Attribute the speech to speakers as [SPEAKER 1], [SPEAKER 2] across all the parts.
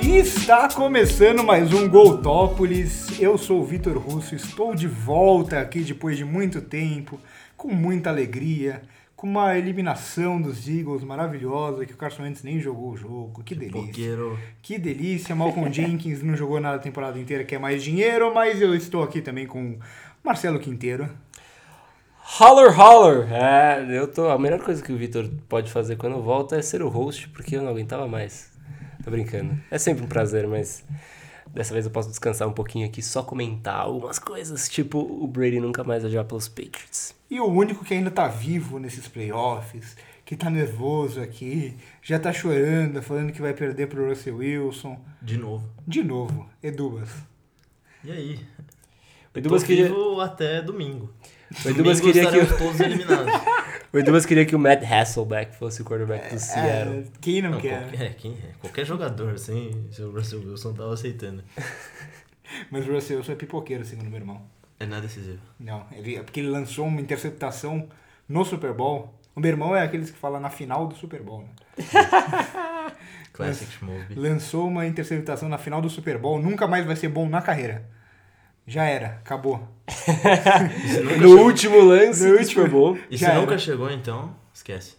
[SPEAKER 1] Está começando mais um Goltópolis. Eu sou o Vitor Russo, estou de volta aqui depois de muito tempo, com muita alegria, com uma eliminação dos Eagles maravilhosa, que o Carson Wentz nem jogou o jogo. Que delícia.
[SPEAKER 2] Boqueiro.
[SPEAKER 1] Que delícia. Malcolm Jenkins não jogou nada a temporada inteira, quer mais dinheiro, mas eu estou aqui também com Marcelo Quinteiro.
[SPEAKER 2] Holler, holler! É, eu tô. A melhor coisa que o Vitor pode fazer quando volta é ser o host, porque eu não aguentava mais. Tô brincando. É sempre um prazer, mas dessa vez eu posso descansar um pouquinho aqui, só comentar algumas coisas, tipo o Brady nunca mais vai jogar pelos Patriots.
[SPEAKER 1] E o único que ainda tá vivo nesses playoffs, que tá nervoso aqui, já tá chorando, falando que vai perder pro Russell Wilson.
[SPEAKER 3] De novo.
[SPEAKER 1] De novo, Edubas.
[SPEAKER 3] E aí?
[SPEAKER 2] O Edubas
[SPEAKER 3] Tô
[SPEAKER 2] queria,
[SPEAKER 3] vivo até domingo.
[SPEAKER 2] o Edubas
[SPEAKER 3] Domingo
[SPEAKER 2] queria, que,
[SPEAKER 3] estaremos todos eliminados.
[SPEAKER 2] o Edubas queria que o Matt Hasselbeck fosse o quarterback do Seattle.
[SPEAKER 1] É, quem não,
[SPEAKER 3] Não,
[SPEAKER 1] quer?
[SPEAKER 3] qualquer, é, quem, é, qualquer jogador, assim, se o Russell Wilson tava aceitando.
[SPEAKER 1] Mas o Russell Wilson é pipoqueiro, segundo meu irmão.
[SPEAKER 3] É nada decisivo.
[SPEAKER 1] Não, ele, é porque ele lançou uma interceptação no Super Bowl. O meu irmão é aqueles que fala na final do Super Bowl, né?
[SPEAKER 3] Classic Schmoesby.
[SPEAKER 1] Lançou uma interceptação na final do Super Bowl, nunca mais vai ser bom na carreira. Já era, acabou.
[SPEAKER 2] No último lance,
[SPEAKER 1] No
[SPEAKER 2] no último bom.
[SPEAKER 3] E
[SPEAKER 1] Já
[SPEAKER 3] se nunca
[SPEAKER 1] era.
[SPEAKER 3] chegou, então, esquece.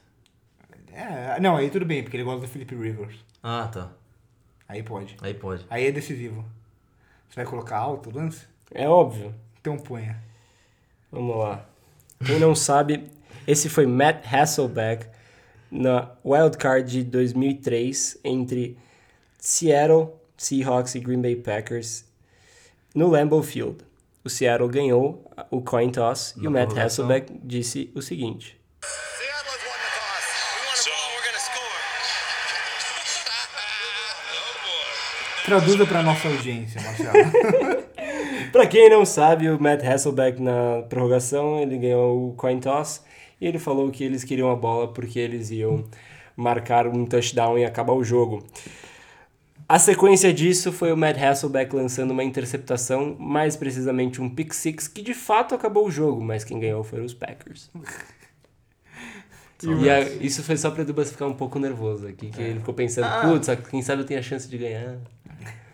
[SPEAKER 1] É, não, aí tudo bem, porque ele gosta do Philip Rivers.
[SPEAKER 3] Ah, tá.
[SPEAKER 1] Aí pode.
[SPEAKER 3] Aí pode.
[SPEAKER 1] Aí é decisivo. Você vai colocar alto o lance?
[SPEAKER 2] É óbvio.
[SPEAKER 1] Então ponha.
[SPEAKER 2] Vamos lá. Quem não sabe, esse foi Matt Hasselbeck na wildcard de 2003 entre Seattle Seahawks e Green Bay Packers no Lambeau Field. O Seattle ganhou o coin toss e o Matt
[SPEAKER 3] prorrogação.
[SPEAKER 2] Hasselbeck disse o seguinte:
[SPEAKER 4] Seattle has won the toss. We want so, ball, we're going to score. oh, boy.
[SPEAKER 1] Traduza pra nossa audiência, Marcelo.
[SPEAKER 2] Pra quem não sabe, o Matt Hasselbeck na prorrogação, ele ganhou o coin toss e ele falou que eles queriam a bola porque eles iam marcar um touchdown e acabar o jogo. A sequência disso foi o Matt Hasselbeck lançando uma interceptação, mais precisamente um pick six, que de fato acabou o jogo, mas quem ganhou foram os Packers. E a- isso foi só pra Dubas ficar um pouco nervoso aqui, que ele ficou pensando, putz, quem sabe eu tenho a chance de ganhar.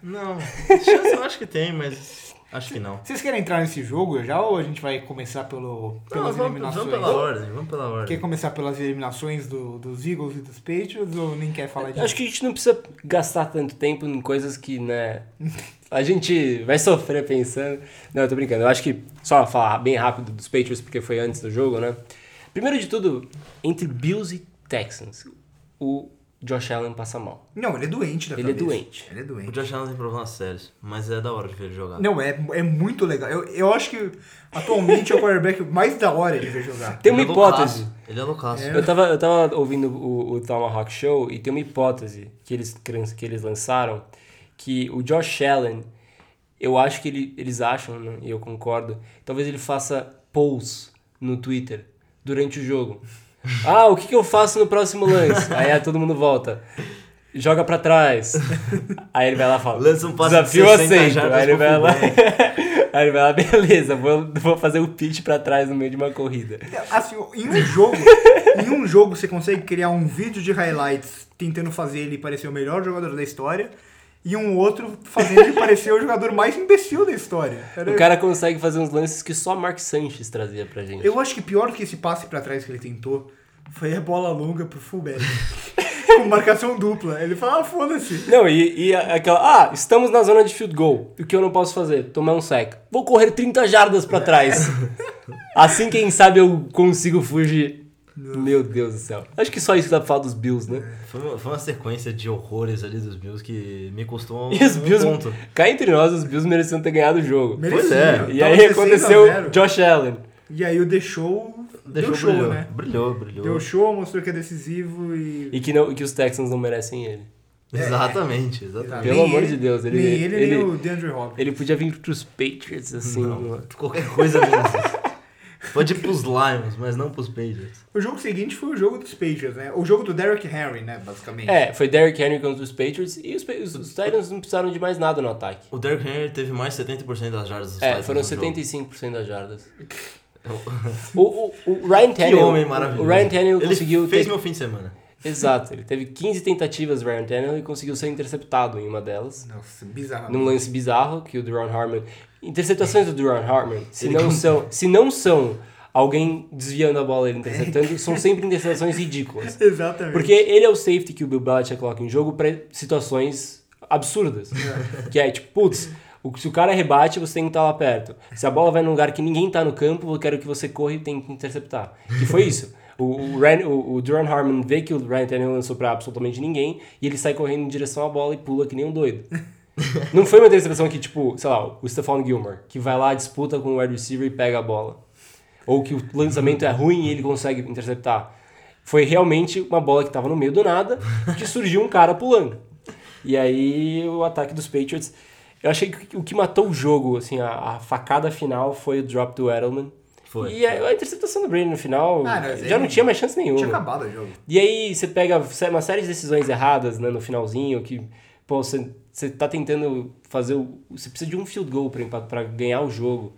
[SPEAKER 3] Não, chance eu acho que tem, mas acho que não.
[SPEAKER 1] Vocês querem entrar nesse jogo já ou a gente vai começar pelo,
[SPEAKER 3] Não,
[SPEAKER 1] pelas
[SPEAKER 3] vamos,
[SPEAKER 1] eliminações?
[SPEAKER 3] vamos pela ordem, vamos pela
[SPEAKER 1] Quer
[SPEAKER 3] ordem.
[SPEAKER 1] começar pelas eliminações do- dos Eagles e dos Patriots ou nem quer falar disso?
[SPEAKER 2] Acho que a gente não precisa gastar tanto tempo em coisas que, né? A gente vai sofrer pensando. Não, eu tô brincando. Eu acho que só falar bem rápido dos Patriots, porque foi antes do jogo, né? Primeiro de tudo, entre Bills e Texans, o Josh Allen passa mal.
[SPEAKER 1] Não, ele é doente da
[SPEAKER 2] Ele é
[SPEAKER 1] cabeça.
[SPEAKER 2] doente.
[SPEAKER 1] Ele é
[SPEAKER 3] O
[SPEAKER 1] doente.
[SPEAKER 3] Josh Allen tem problemas sérios, mas é da hora de ver ele jogar.
[SPEAKER 1] Não, é, é muito legal. Eu, eu acho que atualmente é o quarterback mais da hora de ver jogar.
[SPEAKER 2] Tem uma
[SPEAKER 3] Ele é loucaço,
[SPEAKER 2] hipótese.
[SPEAKER 3] Ele é loucaço.
[SPEAKER 2] Eu tava, eu tava ouvindo o, o Tomahawk Show e tem uma hipótese que eles, cran- que eles lançaram que o Josh Allen, eu acho que ele, eles acham, né, e eu concordo, talvez ele faça polls no Twitter durante o jogo. Ah, o que, que eu faço no próximo lance? Aí ah, todo mundo volta. Joga pra trás. Aí ele vai lá e fala.
[SPEAKER 3] Lança um passe de
[SPEAKER 2] Desafio
[SPEAKER 3] 60
[SPEAKER 2] aceito.
[SPEAKER 3] jardas
[SPEAKER 2] Aí ele
[SPEAKER 3] pro
[SPEAKER 2] vai lá.
[SPEAKER 3] fundo.
[SPEAKER 2] Aí ele vai lá, beleza, vou, vou fazer o pitch pra trás no meio de uma corrida.
[SPEAKER 1] Assim, em um jogo, em um jogo você consegue criar um vídeo de highlights tentando fazer ele parecer o melhor jogador da história e um outro fazendo ele parecer o jogador mais imbecil da história.
[SPEAKER 2] O cara consegue fazer uns lances que só Mark Sanchez trazia pra gente.
[SPEAKER 1] Eu acho que pior que esse passe pra trás que ele tentou foi a bola longa pro fullback. Com marcação dupla. Ele fala, ah, foda-se.
[SPEAKER 2] Não, e, e a- aquela. Ah, estamos na zona de field goal. O que eu não posso fazer? Tomar um sec. Vou correr 30 jardas pra trás. assim, quem sabe eu consigo fugir. Meu Deus do céu. Acho que só isso dá pra falar dos Bills, né?
[SPEAKER 3] Foi uma, foi uma sequência de horrores ali dos Bills que me custou
[SPEAKER 1] É,
[SPEAKER 3] um,
[SPEAKER 2] E os Bills.
[SPEAKER 3] ponto.
[SPEAKER 2] Cá entre nós, os Bills mereciam ter ganhado o jogo.
[SPEAKER 3] Pois é.
[SPEAKER 1] Merecido.
[SPEAKER 2] E
[SPEAKER 1] Tava
[SPEAKER 2] aí
[SPEAKER 1] 16 a
[SPEAKER 2] aconteceu
[SPEAKER 1] zero.
[SPEAKER 2] Josh Allen.
[SPEAKER 1] E aí o deixou.
[SPEAKER 3] Deixou
[SPEAKER 1] deu show,
[SPEAKER 3] brilhou,
[SPEAKER 1] né?
[SPEAKER 3] brilhou, brilhou.
[SPEAKER 1] Deu show, mostrou que é decisivo e.
[SPEAKER 2] E que, não, e que os Texans não merecem ele.
[SPEAKER 3] É. Exatamente, exatamente.
[SPEAKER 2] Pelo
[SPEAKER 1] Nem
[SPEAKER 2] amor
[SPEAKER 1] ele-
[SPEAKER 2] de Deus, ele-
[SPEAKER 1] Nem ele,
[SPEAKER 2] ele-
[SPEAKER 1] nem o DeAndre Hopkins.
[SPEAKER 2] Ele podia vir pros Patriots, assim. no-
[SPEAKER 3] Qualquer coisa menos isso. Pode ir pros Lions, mas não pros Patriots.
[SPEAKER 1] O jogo seguinte foi o jogo dos Patriots, né? O jogo do Derrick Henry, né? Basicamente.
[SPEAKER 2] É, foi Derrick Henry contra os Patriots e os, Pa- os, os Titans não precisaram de mais nada no ataque.
[SPEAKER 3] O Derrick Henry teve mais 70% das jardas dos
[SPEAKER 2] É,
[SPEAKER 3] Titans
[SPEAKER 2] foram
[SPEAKER 3] no jogo. É
[SPEAKER 2] 75% das jardas. O, o, o Ryan
[SPEAKER 3] Que
[SPEAKER 2] Tannehill,
[SPEAKER 3] homem maravilhoso.
[SPEAKER 2] o Ryan Tannehill
[SPEAKER 3] Ele
[SPEAKER 2] conseguiu
[SPEAKER 3] fez
[SPEAKER 2] ter-
[SPEAKER 3] meu fim de semana.
[SPEAKER 2] Exato, ele teve 15 tentativas, Ryan Tannehill, e conseguiu ser interceptado em uma delas.
[SPEAKER 1] Nossa, bizarro.
[SPEAKER 2] Num lance bizarro que o Duron Harmon. Interceptações do Duron Harmon, se não, são, se não são alguém desviando a bola e ele interceptando, são sempre interceptações ridículas.
[SPEAKER 1] Exatamente.
[SPEAKER 2] Porque ele é o safety que o Bill Belichick coloca em jogo para situações absurdas. que é tipo, putz, o- se o cara rebate, você tem que estar lá perto. Se a bola vai num lugar que ninguém tá no campo, eu quero que você corra e tem que interceptar. Que foi isso. O, o, Ren, o, o Duran Harmon vê que o Ryan Tannehill lançou pra absolutamente ninguém e ele sai correndo em direção à bola e pula que nem um doido. Não foi uma interceptação que, tipo, sei lá, o Stephon Gilmore, que vai lá, disputa com o wide receiver e pega a bola. Ou que o lançamento é ruim e ele consegue interceptar. Foi realmente uma bola que tava no meio do nada, que surgiu um cara pulando. E aí o ataque dos Patriots. Eu achei que o que matou o jogo, assim, a, a facada final foi o drop do Edelman.
[SPEAKER 3] Foi.
[SPEAKER 2] E a, a interceptação do Brady no final
[SPEAKER 1] Ah, mas
[SPEAKER 2] já
[SPEAKER 1] ele-
[SPEAKER 2] não tinha mais chance nenhuma.
[SPEAKER 1] Tinha acabado o jogo.
[SPEAKER 2] E aí você pega sé- uma série de decisões erradas né, no finalzinho, que pô, você, você tá tentando fazer o. Você precisa de um field goal pra empa- pra ganhar o jogo.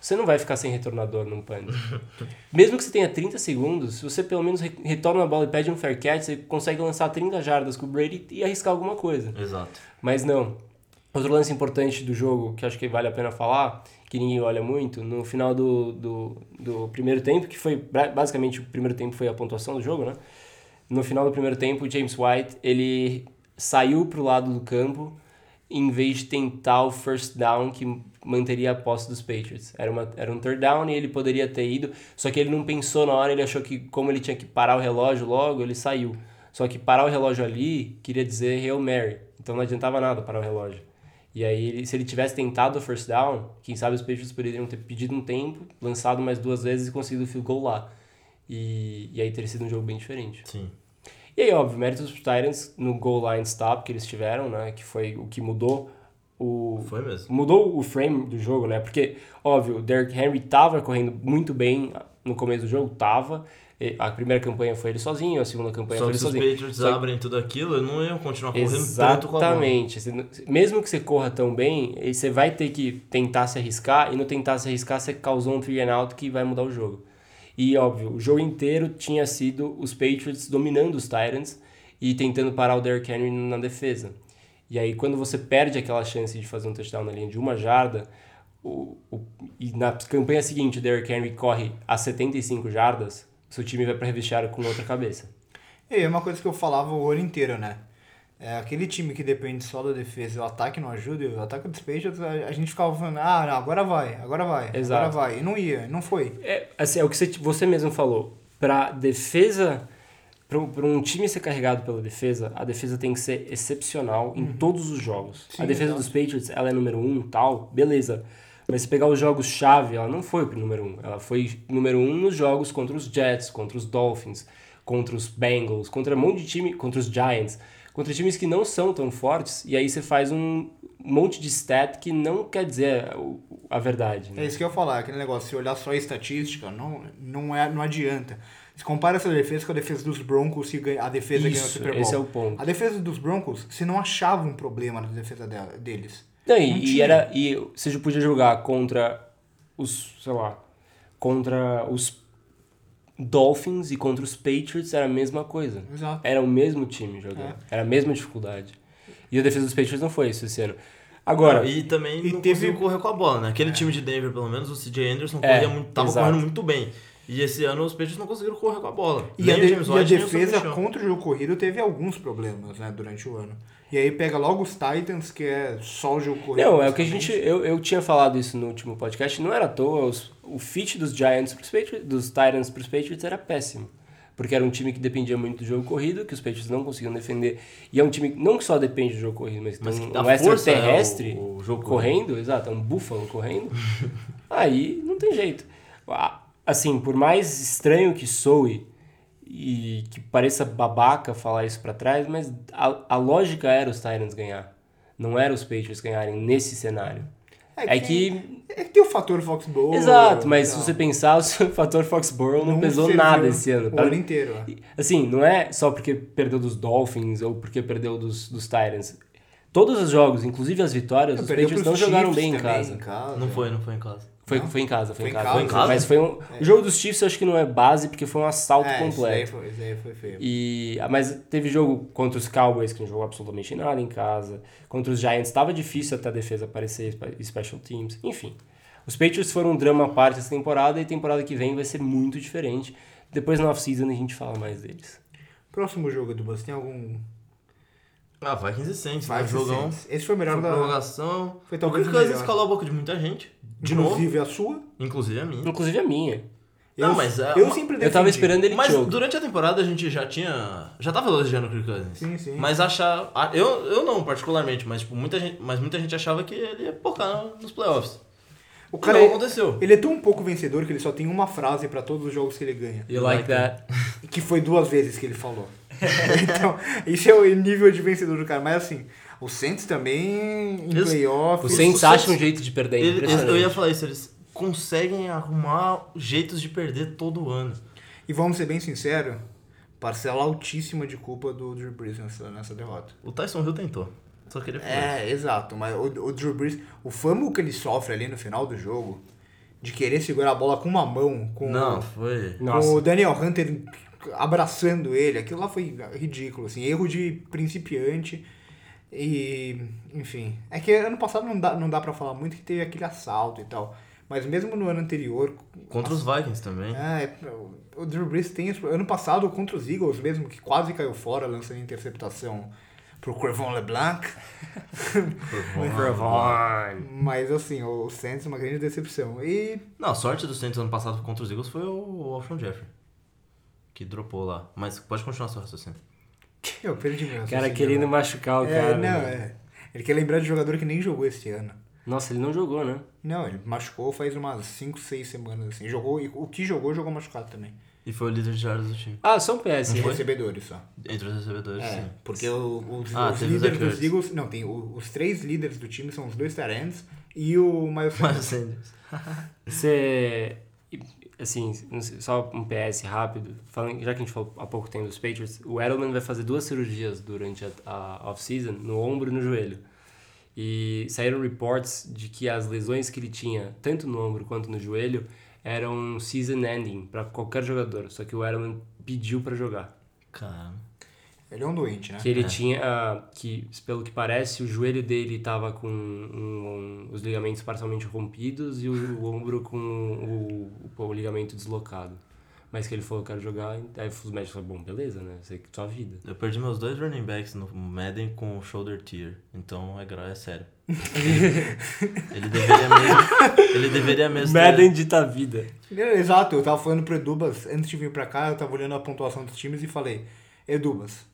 [SPEAKER 2] Você não vai ficar sem retornador num punch. Mesmo que você tenha 30 segundos, se você pelo menos re- retorna a bola e pede um fair catch, você consegue lançar 30 jardas com o Brady e arriscar alguma coisa.
[SPEAKER 3] Exato.
[SPEAKER 2] Mas não. Outro lance importante do jogo, que acho que vale a pena falar, que ninguém olha muito, no final do, do, do primeiro tempo, que foi ba- basicamente o primeiro tempo foi a pontuação do jogo, né? No final do primeiro tempo, o James White, ele saiu pro lado do campo em vez de tentar o first down que manteria a posse dos Patriots. Era, uma, era um third down e ele poderia ter ido, só que ele não pensou na hora, ele achou que como ele tinha que parar o relógio logo, ele saiu. Só que parar o relógio ali queria dizer Hail Mary, então não adiantava nada parar o relógio. E aí, ele- se ele tivesse tentado o first down, quem sabe os Patriots poderiam ter pedido um tempo, lançado mais duas vezes e conseguido o field goal lá. E, e aí teria sido um jogo bem diferente.
[SPEAKER 3] Sim.
[SPEAKER 2] E aí, óbvio, mérito dos Titans no goal line stop que eles tiveram, né? Que foi o que mudou o.
[SPEAKER 3] Foi mesmo.
[SPEAKER 2] Mudou o frame do jogo, né? Porque, óbvio, o Derrick Henry tava correndo muito bem no começo do jogo, tava. E A primeira campanha foi ele sozinho, a segunda campanha
[SPEAKER 3] Só
[SPEAKER 2] foi
[SPEAKER 3] que
[SPEAKER 2] ele
[SPEAKER 3] se os
[SPEAKER 2] sozinho.
[SPEAKER 3] Patriots
[SPEAKER 2] Só que-
[SPEAKER 3] abrem tudo aquilo, eu não iam continuar tá correndo tanto com a bola.
[SPEAKER 2] Exatamente. Você não- Mesmo que você corra tão bem, aí você vai ter que tentar se arriscar, e no tentar se arriscar, você causou um three and out que vai mudar o jogo. E óbvio, o jogo inteiro tinha sido os Patriots dominando os Titans e tentando parar o Derrick Henry na defesa. E aí, quando você perde aquela chance de fazer um touchdown na linha de uma jarda, o, o- e na campanha seguinte o Derrick Henry corre a 75 jardas, seu time vai para revestiário com outra cabeça.
[SPEAKER 1] É uma coisa que eu falava o ano inteiro, né? É, aquele time que depende só da defesa e o ataque não ajuda, e o ataque dos Patriots, a, a gente ficava falando, ah, não, agora vai, agora vai,
[SPEAKER 2] Exato.
[SPEAKER 1] agora vai. E não ia, não foi.
[SPEAKER 2] É, assim, é o que você, você mesmo falou. Pra defesa, pra um- pra um time ser carregado pela defesa, a defesa tem que ser excepcional em todos os jogos.
[SPEAKER 1] Sim,
[SPEAKER 2] a defesa
[SPEAKER 1] exato.
[SPEAKER 2] dos Patriots, ela é número um tal, beleza. Mas se pegar os jogos-chave, ela não foi pro número um. Ela foi número um nos jogos contra os Jets, contra os Dolphins, contra os Bengals, contra um monte de time, contra os Giants, contra times que não são tão fortes, e aí você faz um monte de stat que não quer dizer o- a verdade. né?
[SPEAKER 1] É isso que eu ia falar, aquele negócio, se olhar só a estatística, não, não, é, não adianta. Se compara essa defesa com a defesa dos Broncos, se ganha- a defesa ganhou o
[SPEAKER 2] Isso,
[SPEAKER 1] Super Bowl.
[SPEAKER 2] esse é o ponto.
[SPEAKER 1] A defesa dos Broncos, você não achava um problema na defesa dela- deles.
[SPEAKER 2] Não, e,
[SPEAKER 1] Não
[SPEAKER 2] e
[SPEAKER 1] tinha.
[SPEAKER 2] era e você já podia jogar contra os, sei lá, contra os Dolphins e contra os Patriots era a mesma coisa.
[SPEAKER 1] Exato. É.
[SPEAKER 2] Era o mesmo time jogando. Era a mesma dificuldade. E a defesa dos Patriots não foi isso esse ano. Agora,
[SPEAKER 3] E também
[SPEAKER 1] E
[SPEAKER 3] não
[SPEAKER 1] teve- É.
[SPEAKER 3] conseguiu correr com a bola, né? Aquele time de Denver, pelo menos, o CJ Anderson corria muito, tava
[SPEAKER 2] exato.
[SPEAKER 3] correndo muito bem. E esse ano os Patriots não conseguiram correr com a bola.
[SPEAKER 1] E
[SPEAKER 3] Nem
[SPEAKER 1] a,
[SPEAKER 3] o
[SPEAKER 1] de-
[SPEAKER 3] James
[SPEAKER 1] e a
[SPEAKER 3] White, nem o Sam
[SPEAKER 1] defesa
[SPEAKER 3] Michel.
[SPEAKER 1] contra o jogo corrido teve alguns problemas, né, durante o ano. E aí pega logo os Titans, que é só o jogo corrido.
[SPEAKER 2] Não, é o que a
[SPEAKER 1] basicamente.
[SPEAKER 2] gente. Eu, eu tinha falado isso no último podcast, não era à toa. os- o fit dos Giants pros Patriots, dos Titans pros Patriots era péssimo. Porque era um time que dependia muito do jogo corrido, que os Patriots não conseguiam defender. E é um time que não só depende do jogo corrido, mas, que
[SPEAKER 3] Mas
[SPEAKER 2] tem
[SPEAKER 3] que
[SPEAKER 2] um,
[SPEAKER 3] dá
[SPEAKER 2] um
[SPEAKER 3] força, né,
[SPEAKER 2] extraterrestre
[SPEAKER 3] o- o jogo
[SPEAKER 2] correndo, exato, é um búfalo correndo. Aí não tem jeito. Ah, Assim, por mais estranho que soe e que pareça babaca falar isso pra trás, mas a, a lógica era os Titans ganhar. Não era os Patriots ganharem nesse cenário. É, que,
[SPEAKER 1] É que tem o fator Foxborough.
[SPEAKER 2] Exato, mas
[SPEAKER 1] tal.
[SPEAKER 2] se você pensar, o seu fator Foxborough não, pesou
[SPEAKER 1] serviu
[SPEAKER 2] nada esse ano. tá?
[SPEAKER 1] O ano inteiro. é.
[SPEAKER 2] Assim, não é só porque perdeu dos Dolphins ou porque perdeu dos, dos Titans. Todos os jogos, inclusive as vitórias, os
[SPEAKER 1] Perdeu
[SPEAKER 2] Patriots não
[SPEAKER 1] pros
[SPEAKER 2] jogaram
[SPEAKER 1] Chiefs
[SPEAKER 2] bem em
[SPEAKER 1] também,
[SPEAKER 2] casa.
[SPEAKER 3] Não foi, não foi em casa.
[SPEAKER 2] Foi, foi em casa, foi, em casa.
[SPEAKER 1] Foi em
[SPEAKER 3] casa?
[SPEAKER 2] Mas foi um. O jogo dos Chiefs eu acho que não é base, porque foi um assalto
[SPEAKER 1] É, isso daí
[SPEAKER 2] completo.
[SPEAKER 1] foi, isso daí foi feio.
[SPEAKER 2] E, ah, mas teve jogo contra os Cowboys, que não jogou absolutamente nada em casa. Contra os Giants, estava difícil até a defesa aparecer, e special teams, enfim. Os Patriots foram um drama à parte essa temporada, e temporada que vem vai ser muito diferente. Depois na off-season a gente fala mais deles.
[SPEAKER 1] Próximo jogo, Duba, você tem algum...
[SPEAKER 3] Ah, Vikings e Saints, né?
[SPEAKER 1] Vikings
[SPEAKER 3] Jogão.
[SPEAKER 1] Saints? Esse foi o melhor
[SPEAKER 3] Foi
[SPEAKER 1] da...
[SPEAKER 3] prorrogação.
[SPEAKER 1] Foi
[SPEAKER 3] o
[SPEAKER 1] talvez
[SPEAKER 3] Kirk
[SPEAKER 1] o
[SPEAKER 3] Cousins
[SPEAKER 1] melhor.
[SPEAKER 3] calou a boca de muita gente. De novo.
[SPEAKER 1] Inclusive a sua.
[SPEAKER 3] Inclusive a minha.
[SPEAKER 2] Inclusive a minha.
[SPEAKER 3] Não, mas é
[SPEAKER 1] eu
[SPEAKER 3] uma-
[SPEAKER 1] sempre defendi.
[SPEAKER 2] Eu tava esperando ele
[SPEAKER 3] Mas
[SPEAKER 2] choke.
[SPEAKER 3] durante a temporada a gente já tinha. Já tava elogiando o Kirk Cousins.
[SPEAKER 1] Sim, sim.
[SPEAKER 3] Mas achar. ah, Eu, eu não, particularmente, mas, tipo, muita gente, mas muita gente achava que ele ia porcar nos playoffs.
[SPEAKER 1] O cara,
[SPEAKER 3] Não
[SPEAKER 1] é-
[SPEAKER 3] aconteceu.
[SPEAKER 1] Ele é tão pouco vencedor que ele só tem uma frase pra todos os jogos que ele ganha.
[SPEAKER 2] You like that?
[SPEAKER 1] E Que foi duas vezes que ele falou. então, esse é o nível de vencedor do cara. Mas assim, o Saints também em
[SPEAKER 3] Eles-
[SPEAKER 1] playoff.
[SPEAKER 2] O
[SPEAKER 1] os-
[SPEAKER 2] Saints
[SPEAKER 3] Saints-
[SPEAKER 2] acha um jeito de perder. é
[SPEAKER 3] Ele- eles- eu
[SPEAKER 2] impressionante.
[SPEAKER 3] ia falar isso, eles conseguem arrumar jeitos de perder todo ano.
[SPEAKER 1] E vamos ser bem sinceros, parcela altíssima de culpa do Drew Brees nessa, nessa derrota.
[SPEAKER 3] O Tyson Hill tentou. Só queria falar.
[SPEAKER 1] É,
[SPEAKER 3] isso.
[SPEAKER 1] exato. Mas o, o Drew Brees, o famo que ele sofre ali no final do jogo, de querer segurar a bola com uma mão, com
[SPEAKER 3] Não, foi.
[SPEAKER 1] com
[SPEAKER 2] Nossa.
[SPEAKER 1] o Daniel Hunter abraçando ele, aquilo lá foi ridículo, assim, erro de principiante. E, enfim, é que ano passado não dá, não dá para falar muito que teve aquele assalto e tal, mas mesmo no ano anterior,
[SPEAKER 3] Contra os Vikings também.
[SPEAKER 1] é, é, o Drew Brees tem isso. ano passado contra os Eagles mesmo que quase caiu fora lançando interceptação pro Crevon LeBlanc.
[SPEAKER 2] Provine.
[SPEAKER 1] Mas assim, o Saints é uma grande decepção. E
[SPEAKER 3] Não, a sorte do Saints ano passado contra os Eagles foi o Alshon Jeffrey. Que dropou lá. Mas pode continuar seu raciocínio.
[SPEAKER 1] eu perdi meu
[SPEAKER 2] O cara
[SPEAKER 1] raciocínio.
[SPEAKER 2] querendo machucar o
[SPEAKER 1] É,
[SPEAKER 2] cara.
[SPEAKER 1] não,
[SPEAKER 2] né?
[SPEAKER 1] é. Ele quer lembrar de jogador que nem jogou este ano.
[SPEAKER 2] Nossa, ele não jogou, né?
[SPEAKER 1] Não, ele machucou faz umas 5, 6 semanas, assim. Jogou, e o que jogou, jogou machucado também.
[SPEAKER 3] E foi o líder de jardas do time.
[SPEAKER 2] Ah, só um PS.
[SPEAKER 1] Os recebedores só.
[SPEAKER 3] Entre os recebedores,
[SPEAKER 1] É,
[SPEAKER 3] sim.
[SPEAKER 1] porque o- os,
[SPEAKER 3] Ah,
[SPEAKER 1] os
[SPEAKER 3] teve o
[SPEAKER 1] líderes
[SPEAKER 3] Zach
[SPEAKER 1] dos
[SPEAKER 3] Ertz.
[SPEAKER 1] Eagles... Não, tem o- os três líderes do time, são os dois Tarants e o Miles
[SPEAKER 3] Mas assim, o
[SPEAKER 1] Sanders.
[SPEAKER 3] Sanders.
[SPEAKER 2] Você. Assim, não sei, só um PS rápido. Falando, já que a gente falou há pouco tempo dos Patriots, o Edelman vai fazer duas cirurgias durante a, a off-season, no ombro e no joelho. E saíram reports de que as lesões que ele tinha, tanto no ombro quanto no joelho, eram season ending para qualquer jogador. Só que o Edelman pediu para jogar.
[SPEAKER 3] Cara.
[SPEAKER 1] Ele é um doente, né?
[SPEAKER 2] Que ele tinha. ah, que, pelo que parece, o joelho dele estava com um- um- os ligamentos parcialmente rompidos e o, o ombro com o, o, o ligamento deslocado. Mas que ele falou, quero jogar. Aí os médicos falaram, bom, beleza, né? Você que sua vida.
[SPEAKER 3] Eu perdi meus dois running backs no Madden com o shoulder tear. Então é grave, é sério. ele deveria mesmo. Ele deveria mesmo. ter-
[SPEAKER 2] Madden dita vida.
[SPEAKER 1] É, Exato, eu tava falando pro Edubas, antes de vir pra cá, eu tava olhando a pontuação dos times e falei, Edubas,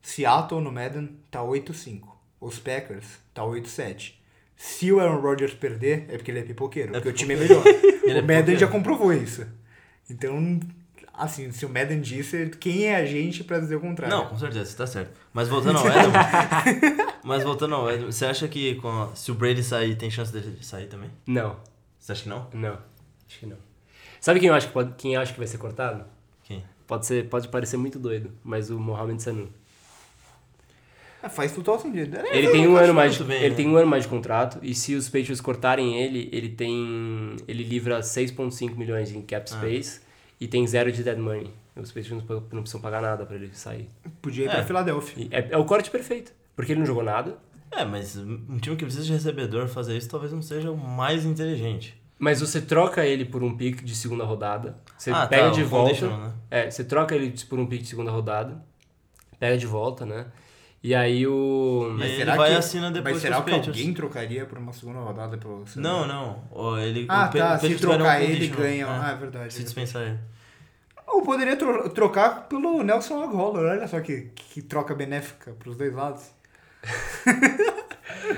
[SPEAKER 1] Seattle no Madden tá 8-5, os Packers tá 8-7. Se o Aaron Rodgers perder, é porque ele é pipoqueiro, porque o time é melhor. o
[SPEAKER 3] é
[SPEAKER 1] Madden
[SPEAKER 3] pipoqueiro.
[SPEAKER 1] já comprovou isso. Então, assim, se o Madden disse, quem é a gente pra dizer o contrário?
[SPEAKER 3] Não, com certeza, você tá certo. Mas voltando ao Edelman. mas voltando ao Edelman, você acha que com a- se o Brady sair, tem chance dele de sair também?
[SPEAKER 2] Não,
[SPEAKER 3] Você acha que não?
[SPEAKER 2] não. Acho que não. Sabe quem eu acho que, pode, quem eu acho que vai ser cortado?
[SPEAKER 3] Quem?
[SPEAKER 2] Pode, ser, pode parecer muito doido, mas o Mohamed Sanu.
[SPEAKER 1] Ah, faz total sentido. É,
[SPEAKER 2] Ele tem um
[SPEAKER 3] acho
[SPEAKER 2] ano mais, de-
[SPEAKER 3] muito bem,
[SPEAKER 2] ele
[SPEAKER 3] né?
[SPEAKER 2] tem um ano mais de contrato e se os Patriots cortarem ele, ele tem ele livra 6.5 milhões em
[SPEAKER 3] Ah.
[SPEAKER 2] cap space e tem zero de dead money. Os Patriots não, não precisam pagar nada pra ele sair.
[SPEAKER 1] Podia ir pra
[SPEAKER 3] É.
[SPEAKER 1] Filadélfia.
[SPEAKER 2] E é, é o corte perfeito, porque ele não jogou nada.
[SPEAKER 3] É, mas um time que precisa de recebedor fazer isso talvez não seja o mais inteligente.
[SPEAKER 2] Mas você troca ele por um pick de segunda rodada, você
[SPEAKER 3] Ah,
[SPEAKER 2] pega
[SPEAKER 3] tá,
[SPEAKER 2] de
[SPEAKER 3] o
[SPEAKER 2] volta.
[SPEAKER 3] conditional, né?
[SPEAKER 2] É, você troca ele por um pick de segunda rodada, pega de volta, né? E aí o
[SPEAKER 3] E aí ele vai e assina depois
[SPEAKER 1] Mas será
[SPEAKER 3] com os
[SPEAKER 1] que
[SPEAKER 3] Patriots.
[SPEAKER 1] alguém trocaria por uma segunda rodada pelo
[SPEAKER 3] Não, não. Ó, Ele,
[SPEAKER 1] Ah,
[SPEAKER 3] o Pe-
[SPEAKER 1] tá,
[SPEAKER 3] o
[SPEAKER 1] se
[SPEAKER 3] Patriots vai dar um
[SPEAKER 1] trocar ele,
[SPEAKER 3] conditional,
[SPEAKER 1] ganha. Ah, é verdade.
[SPEAKER 3] Se dispensar ele.
[SPEAKER 1] Ou poderia tro- trocar pelo Nelson Aguilar, olha só que, que troca benéfica pros dois lados.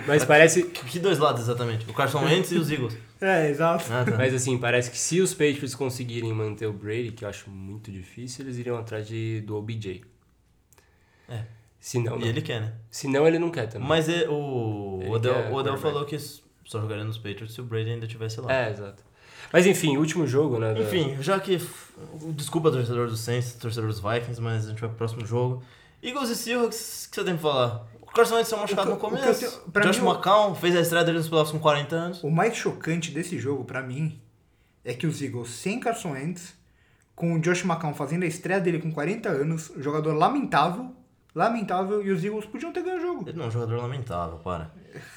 [SPEAKER 2] mas parece
[SPEAKER 3] Que dois lados exatamente? O Carson Wentz e os Eagles.
[SPEAKER 1] É, exato.
[SPEAKER 3] Ah, tá.
[SPEAKER 2] Mas assim, parece que se os Patriots conseguirem manter o Brady, que eu acho muito difícil, eles iriam atrás de, do OBJ.
[SPEAKER 3] É.
[SPEAKER 2] Se não,
[SPEAKER 3] E
[SPEAKER 2] não.
[SPEAKER 3] ele quer, né?
[SPEAKER 2] Se não, ele não quer também.
[SPEAKER 3] Mas é, o
[SPEAKER 2] Ele
[SPEAKER 3] o Odell,
[SPEAKER 2] quer
[SPEAKER 3] o Odell
[SPEAKER 2] quarterback.
[SPEAKER 3] falou que só jogaria nos Patriots se o Brady ainda estivesse lá.
[SPEAKER 2] É, exato. Mas enfim, último jogo, né? da-
[SPEAKER 1] É.
[SPEAKER 3] Enfim, já que. f- Desculpa, torcedor do Saints, torcedor dos Vikings, mas a gente vai pro próximo jogo. Eagles e Seahawks, o que você tem pra falar? O O Carson Wentz saiu machucado
[SPEAKER 1] O
[SPEAKER 3] no
[SPEAKER 1] que- o que eu
[SPEAKER 3] começo.
[SPEAKER 1] tenho- pra
[SPEAKER 3] Josh
[SPEAKER 1] mim, o-
[SPEAKER 3] McCown fez a estreia dele nos playoffs com 40 anos.
[SPEAKER 1] O mais chocante desse jogo, pra mim, é que os Eagles sem Carson Wentz, com o Josh McCown fazendo a estreia dele com 40 anos, um jogador lamentável, lamentável, e os Eagles podiam ter ganho o jogo.
[SPEAKER 3] Ele não é um jogador lamentável, para.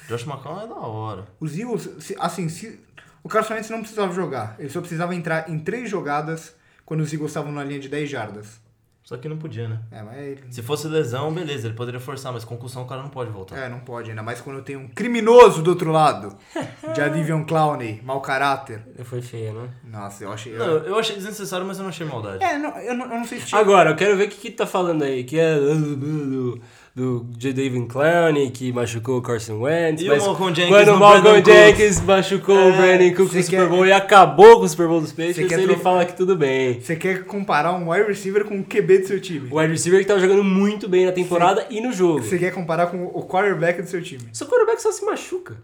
[SPEAKER 3] Josh McCown é da hora.
[SPEAKER 1] Os Eagles, se- assim, se, o Carson Wentz não precisava jogar, ele só precisava entrar em três jogadas quando os Eagles estavam na linha de 10 jardas.
[SPEAKER 3] Só que não podia, né?
[SPEAKER 1] É, mas ele-
[SPEAKER 3] Se fosse lesão, beleza, ele poderia forçar, mas concussão o cara não pode voltar.
[SPEAKER 1] É, não pode, ainda mais quando tem um criminoso do outro lado. Jadivion Clowney, mau caráter.
[SPEAKER 2] Foi feia, né?
[SPEAKER 1] Nossa, eu achei.
[SPEAKER 3] Não, eu achei desnecessário, mas eu não achei maldade.
[SPEAKER 1] É, não, eu, não, eu não sei se tinha.
[SPEAKER 2] Agora, eu quero ver o que, que tá falando aí. Que é do, do, do J. David Clowney, que machucou o Carson Wentz.
[SPEAKER 3] E o
[SPEAKER 2] mas
[SPEAKER 3] Malcolm Jenkins
[SPEAKER 2] quando
[SPEAKER 3] no
[SPEAKER 2] o Malcolm
[SPEAKER 3] Brandon Cooks.
[SPEAKER 2] Jenkins machucou o
[SPEAKER 1] É,
[SPEAKER 2] Brandon Cooks
[SPEAKER 1] você
[SPEAKER 2] no Super
[SPEAKER 1] quer-
[SPEAKER 2] Bowl e acabou com o Super Bowl dos Patriots,
[SPEAKER 1] quer
[SPEAKER 2] ele
[SPEAKER 1] tro-
[SPEAKER 2] fala que tudo bem.
[SPEAKER 1] Você quer comparar um wide receiver com o QB do seu time?
[SPEAKER 2] O wide receiver que tava jogando muito bem na temporada e no jogo.
[SPEAKER 1] Você quer comparar com o quarterback do seu time?
[SPEAKER 2] Seu quarterback só se machuca.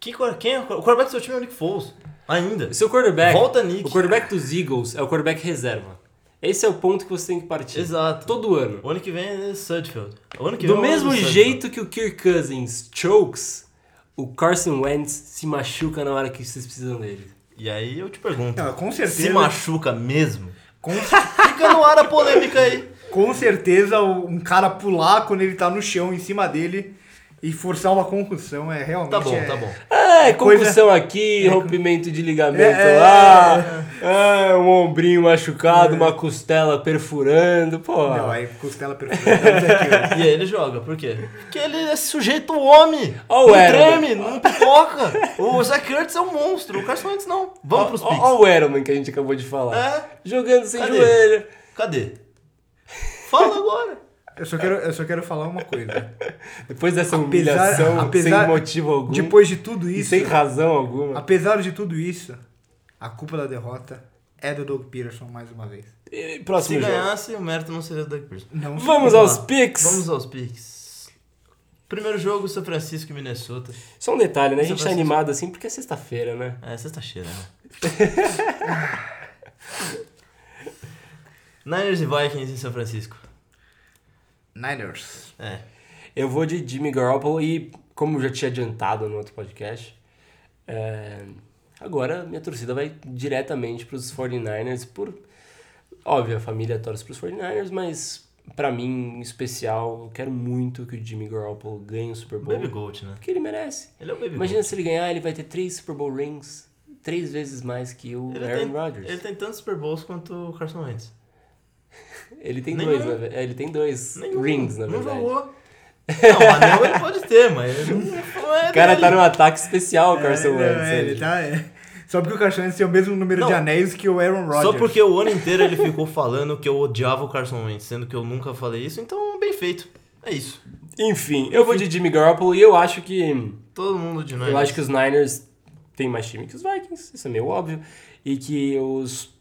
[SPEAKER 3] Que, quar- quem é, o quarterback do seu time é o Nick Foles. Ainda.
[SPEAKER 2] Seu quarterback.
[SPEAKER 3] Volta, Nick.
[SPEAKER 2] O quarterback dos Eagles é o quarterback reserva. Esse é o ponto que você tem que partir.
[SPEAKER 3] Exato.
[SPEAKER 2] Todo ano.
[SPEAKER 3] O ano que vem é Sudfield. O ano que vem
[SPEAKER 2] Do
[SPEAKER 3] é o
[SPEAKER 2] mesmo
[SPEAKER 3] Sudfeld.
[SPEAKER 2] jeito que o Kirk Cousins chokes, o Carson Wentz se machuca na hora que vocês precisam dele.
[SPEAKER 3] E aí eu te pergunto.
[SPEAKER 1] Não, com certeza.
[SPEAKER 3] Se machuca mesmo?
[SPEAKER 1] Com,
[SPEAKER 3] Fica no ar a polêmica aí.
[SPEAKER 1] com certeza, o- um cara pular quando ele tá no chão em cima dele e forçar uma concussão é realmente.
[SPEAKER 3] Tá bom,
[SPEAKER 1] é-
[SPEAKER 3] tá bom.
[SPEAKER 2] É,
[SPEAKER 1] coisa-
[SPEAKER 2] concussão aqui, rompimento de ligamento
[SPEAKER 1] É,
[SPEAKER 2] lá, é, um ombrinho machucado, uma costela perfurando, pô.
[SPEAKER 1] Não, é aí costela perfeita. é
[SPEAKER 3] E aí ele joga, por quê? Porque ele é sujeito homem.
[SPEAKER 2] Ó o
[SPEAKER 3] não
[SPEAKER 2] Edelman.
[SPEAKER 3] treme, não pipoca. o Zach Ertz é um monstro, o Carson Wentz não. Vamos pros picks.
[SPEAKER 2] Olha o Edelman que a gente acabou de falar.
[SPEAKER 3] É.
[SPEAKER 2] Jogando sem
[SPEAKER 3] Cadê?
[SPEAKER 2] joelho.
[SPEAKER 3] Cadê? Fala agora.
[SPEAKER 1] eu, só quero, eu só quero falar uma coisa.
[SPEAKER 2] Depois dessa
[SPEAKER 1] Apesar,
[SPEAKER 2] humilhação,
[SPEAKER 1] apesar
[SPEAKER 2] sem motivo algum.
[SPEAKER 1] Depois de tudo
[SPEAKER 2] e
[SPEAKER 1] isso,
[SPEAKER 2] sem razão alguma.
[SPEAKER 1] apesar de tudo isso, a culpa da derrota é do Doug Peterson mais uma vez.
[SPEAKER 2] E-
[SPEAKER 3] Se
[SPEAKER 2] Próximo jogo.
[SPEAKER 3] ganhasse, o mérito não seria do Doug Pearson.
[SPEAKER 1] Não sei.
[SPEAKER 2] Vamos aos picks.
[SPEAKER 3] Vamos aos picks. Primeiro jogo, São Francisco e Minnesota.
[SPEAKER 2] Só um detalhe, né? A gente
[SPEAKER 3] São
[SPEAKER 2] tá
[SPEAKER 3] Francisco.
[SPEAKER 2] animado assim porque é sexta-feira, né?
[SPEAKER 3] É, sexta-feira, né? Niners e Vikings em São Francisco.
[SPEAKER 1] Niners.
[SPEAKER 3] É.
[SPEAKER 2] Eu vou de Jimmy Garoppolo e, como eu já tinha adiantado no outro podcast, é, agora minha torcida vai diretamente para os 49ers por... Óbvio, a família torce para os 49ers, mas para mim, em especial, eu quero muito que o Jimmy Garoppolo ganhe o Super Bowl.
[SPEAKER 3] Baby Gold, né?
[SPEAKER 2] Porque ele merece.
[SPEAKER 3] Ele é o Baby
[SPEAKER 2] Imagina
[SPEAKER 3] Gold.
[SPEAKER 2] se ele ganhar, ele vai ter três Super Bowl rings, três vezes mais que o
[SPEAKER 3] Ele
[SPEAKER 2] Aaron
[SPEAKER 3] tem,
[SPEAKER 2] Rodgers.
[SPEAKER 3] ele
[SPEAKER 2] Ele,
[SPEAKER 3] tem tantos Super Bowls quanto o Carson Wentz.
[SPEAKER 2] tem
[SPEAKER 3] Nem
[SPEAKER 2] dois,
[SPEAKER 3] ganhou.
[SPEAKER 2] na ve- é, ele tem dois
[SPEAKER 3] Nenhum.
[SPEAKER 2] rings, na
[SPEAKER 3] Não
[SPEAKER 2] verdade.
[SPEAKER 3] jogou. Não, anel ele pode ter, mas ele não, não é
[SPEAKER 2] O cara
[SPEAKER 3] dele.
[SPEAKER 2] tá num ataque especial, o Carson
[SPEAKER 1] É,
[SPEAKER 2] Wentz.
[SPEAKER 1] é, ele tá. é. Só porque o Carson Wentz tem o mesmo número
[SPEAKER 3] Não.
[SPEAKER 1] de anéis que o Aaron Rodgers.
[SPEAKER 3] Só porque o ano inteiro ele ficou falando que eu odiava o Carson Wentz, sendo que eu nunca falei isso, então bem feito. É isso.
[SPEAKER 2] Enfim, eu vou de Jimmy Garoppolo e eu acho que.
[SPEAKER 3] Todo mundo de nós.
[SPEAKER 2] Eu acho que os Niners têm mais time que os Vikings, isso é meio óbvio. E que os.